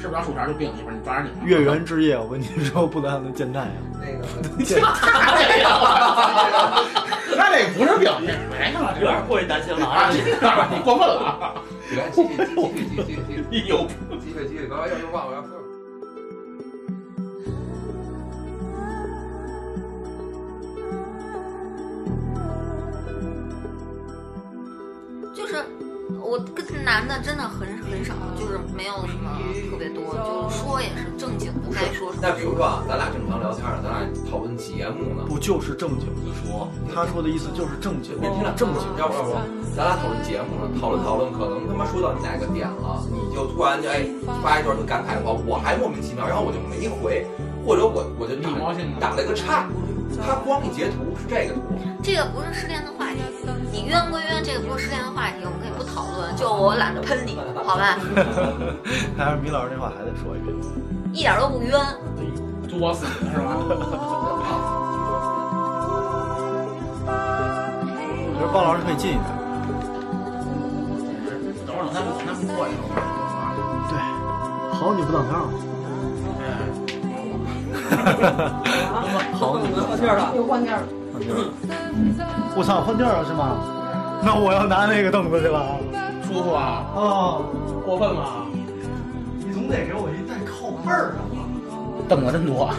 S5: 吃不着薯条就病，一会儿你抓着你。
S4: 月圆之夜，我跟你说，不能让他见太阳。
S1: 那个，
S4: 见
S1: 啊
S5: 那这不是病，这没了，
S3: 有点过于担心了
S5: 啊，
S3: 啊！
S5: 这你过分了啊。
S1: 你来继续继续继续继续继续
S5: 哎呦，
S1: 继续继续，刚才要是忘了要说什么。
S7: 就是我跟男的真的很很少，就是没有什么特别多，就是说也是正经的
S9: 哎
S7: 该说什么。
S1: 那比如说啊，咱俩正常聊天呢，咱俩讨论节目呢，
S4: 不就是正经的说？他说的意思就是正经，
S1: 别听了，
S4: 正经
S1: 要不说，咱俩讨论节目呢，讨论讨论，可能他妈说到你哪个点了，你就突然就哎发一段特感慨的话，我还莫名其妙，然后我就没回，或者我我就
S5: 礼
S1: 打
S5: 貌性的
S1: 打了个岔，他光一截图是这个图，
S7: 这个不是失恋的话题，你冤归冤，这个不是失恋的话题，我们可以不讨论。就我懒得喷你，好吧，
S4: 还是米老师这话还得说一遍。
S7: 一点都不冤。
S5: 作死你是吧？
S4: 我觉得鲍老师可以近一点。
S5: 等会儿等他们等他们过来了，我
S4: 对，好你不当趟。好你不
S3: 换地儿了，
S9: 又换地儿了，
S4: 当趟。嗯我操，换地儿了是吗？那我要拿那个凳子去了。
S5: 就舒服啊，
S4: 哦，
S5: 过分了，
S4: 你总得给我一带靠背儿
S5: 啊
S4: 的吧？
S5: 瞪得真多。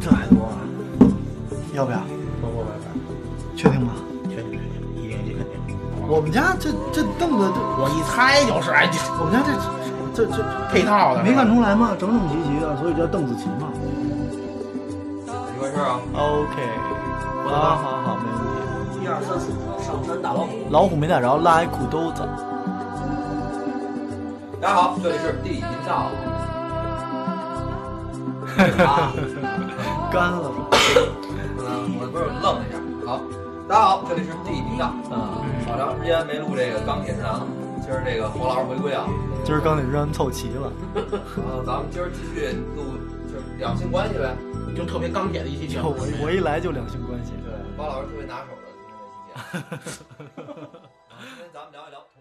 S4: 这还多啊？要不要？
S10: 不不不
S4: 确定吗？
S10: 不，确定确定，一定一定肯定。
S4: 我们家这这凳子，
S5: 我一猜就是，哎，
S4: 这我们家这这这
S5: 配套的
S4: 没看出来吗？整整齐齐的，所以叫凳子齐嘛。
S1: 一回事啊，
S4: OK，好好好，没问题。
S3: 一二三四，上山打老虎。
S4: 老虎没逮着，拉一裤兜子。
S1: 大家好，这里是地频道，啊，
S4: 干了
S1: 嗯，我不是愣了一下，好，大家好，这里是地频道，
S4: 啊！
S1: 好长时间没录这个钢铁直男了，啊今儿这个侯老师回归啊，
S4: 今儿钢铁人凑齐了，
S1: 呃，咱们今儿继续录就是两性关系呗。
S5: 就特别钢铁的一期节
S4: 就
S5: 目。
S4: 我我一来就两性关系。
S1: 对，包老师特别拿手的，今天这期节目。啊今天咱们聊一聊同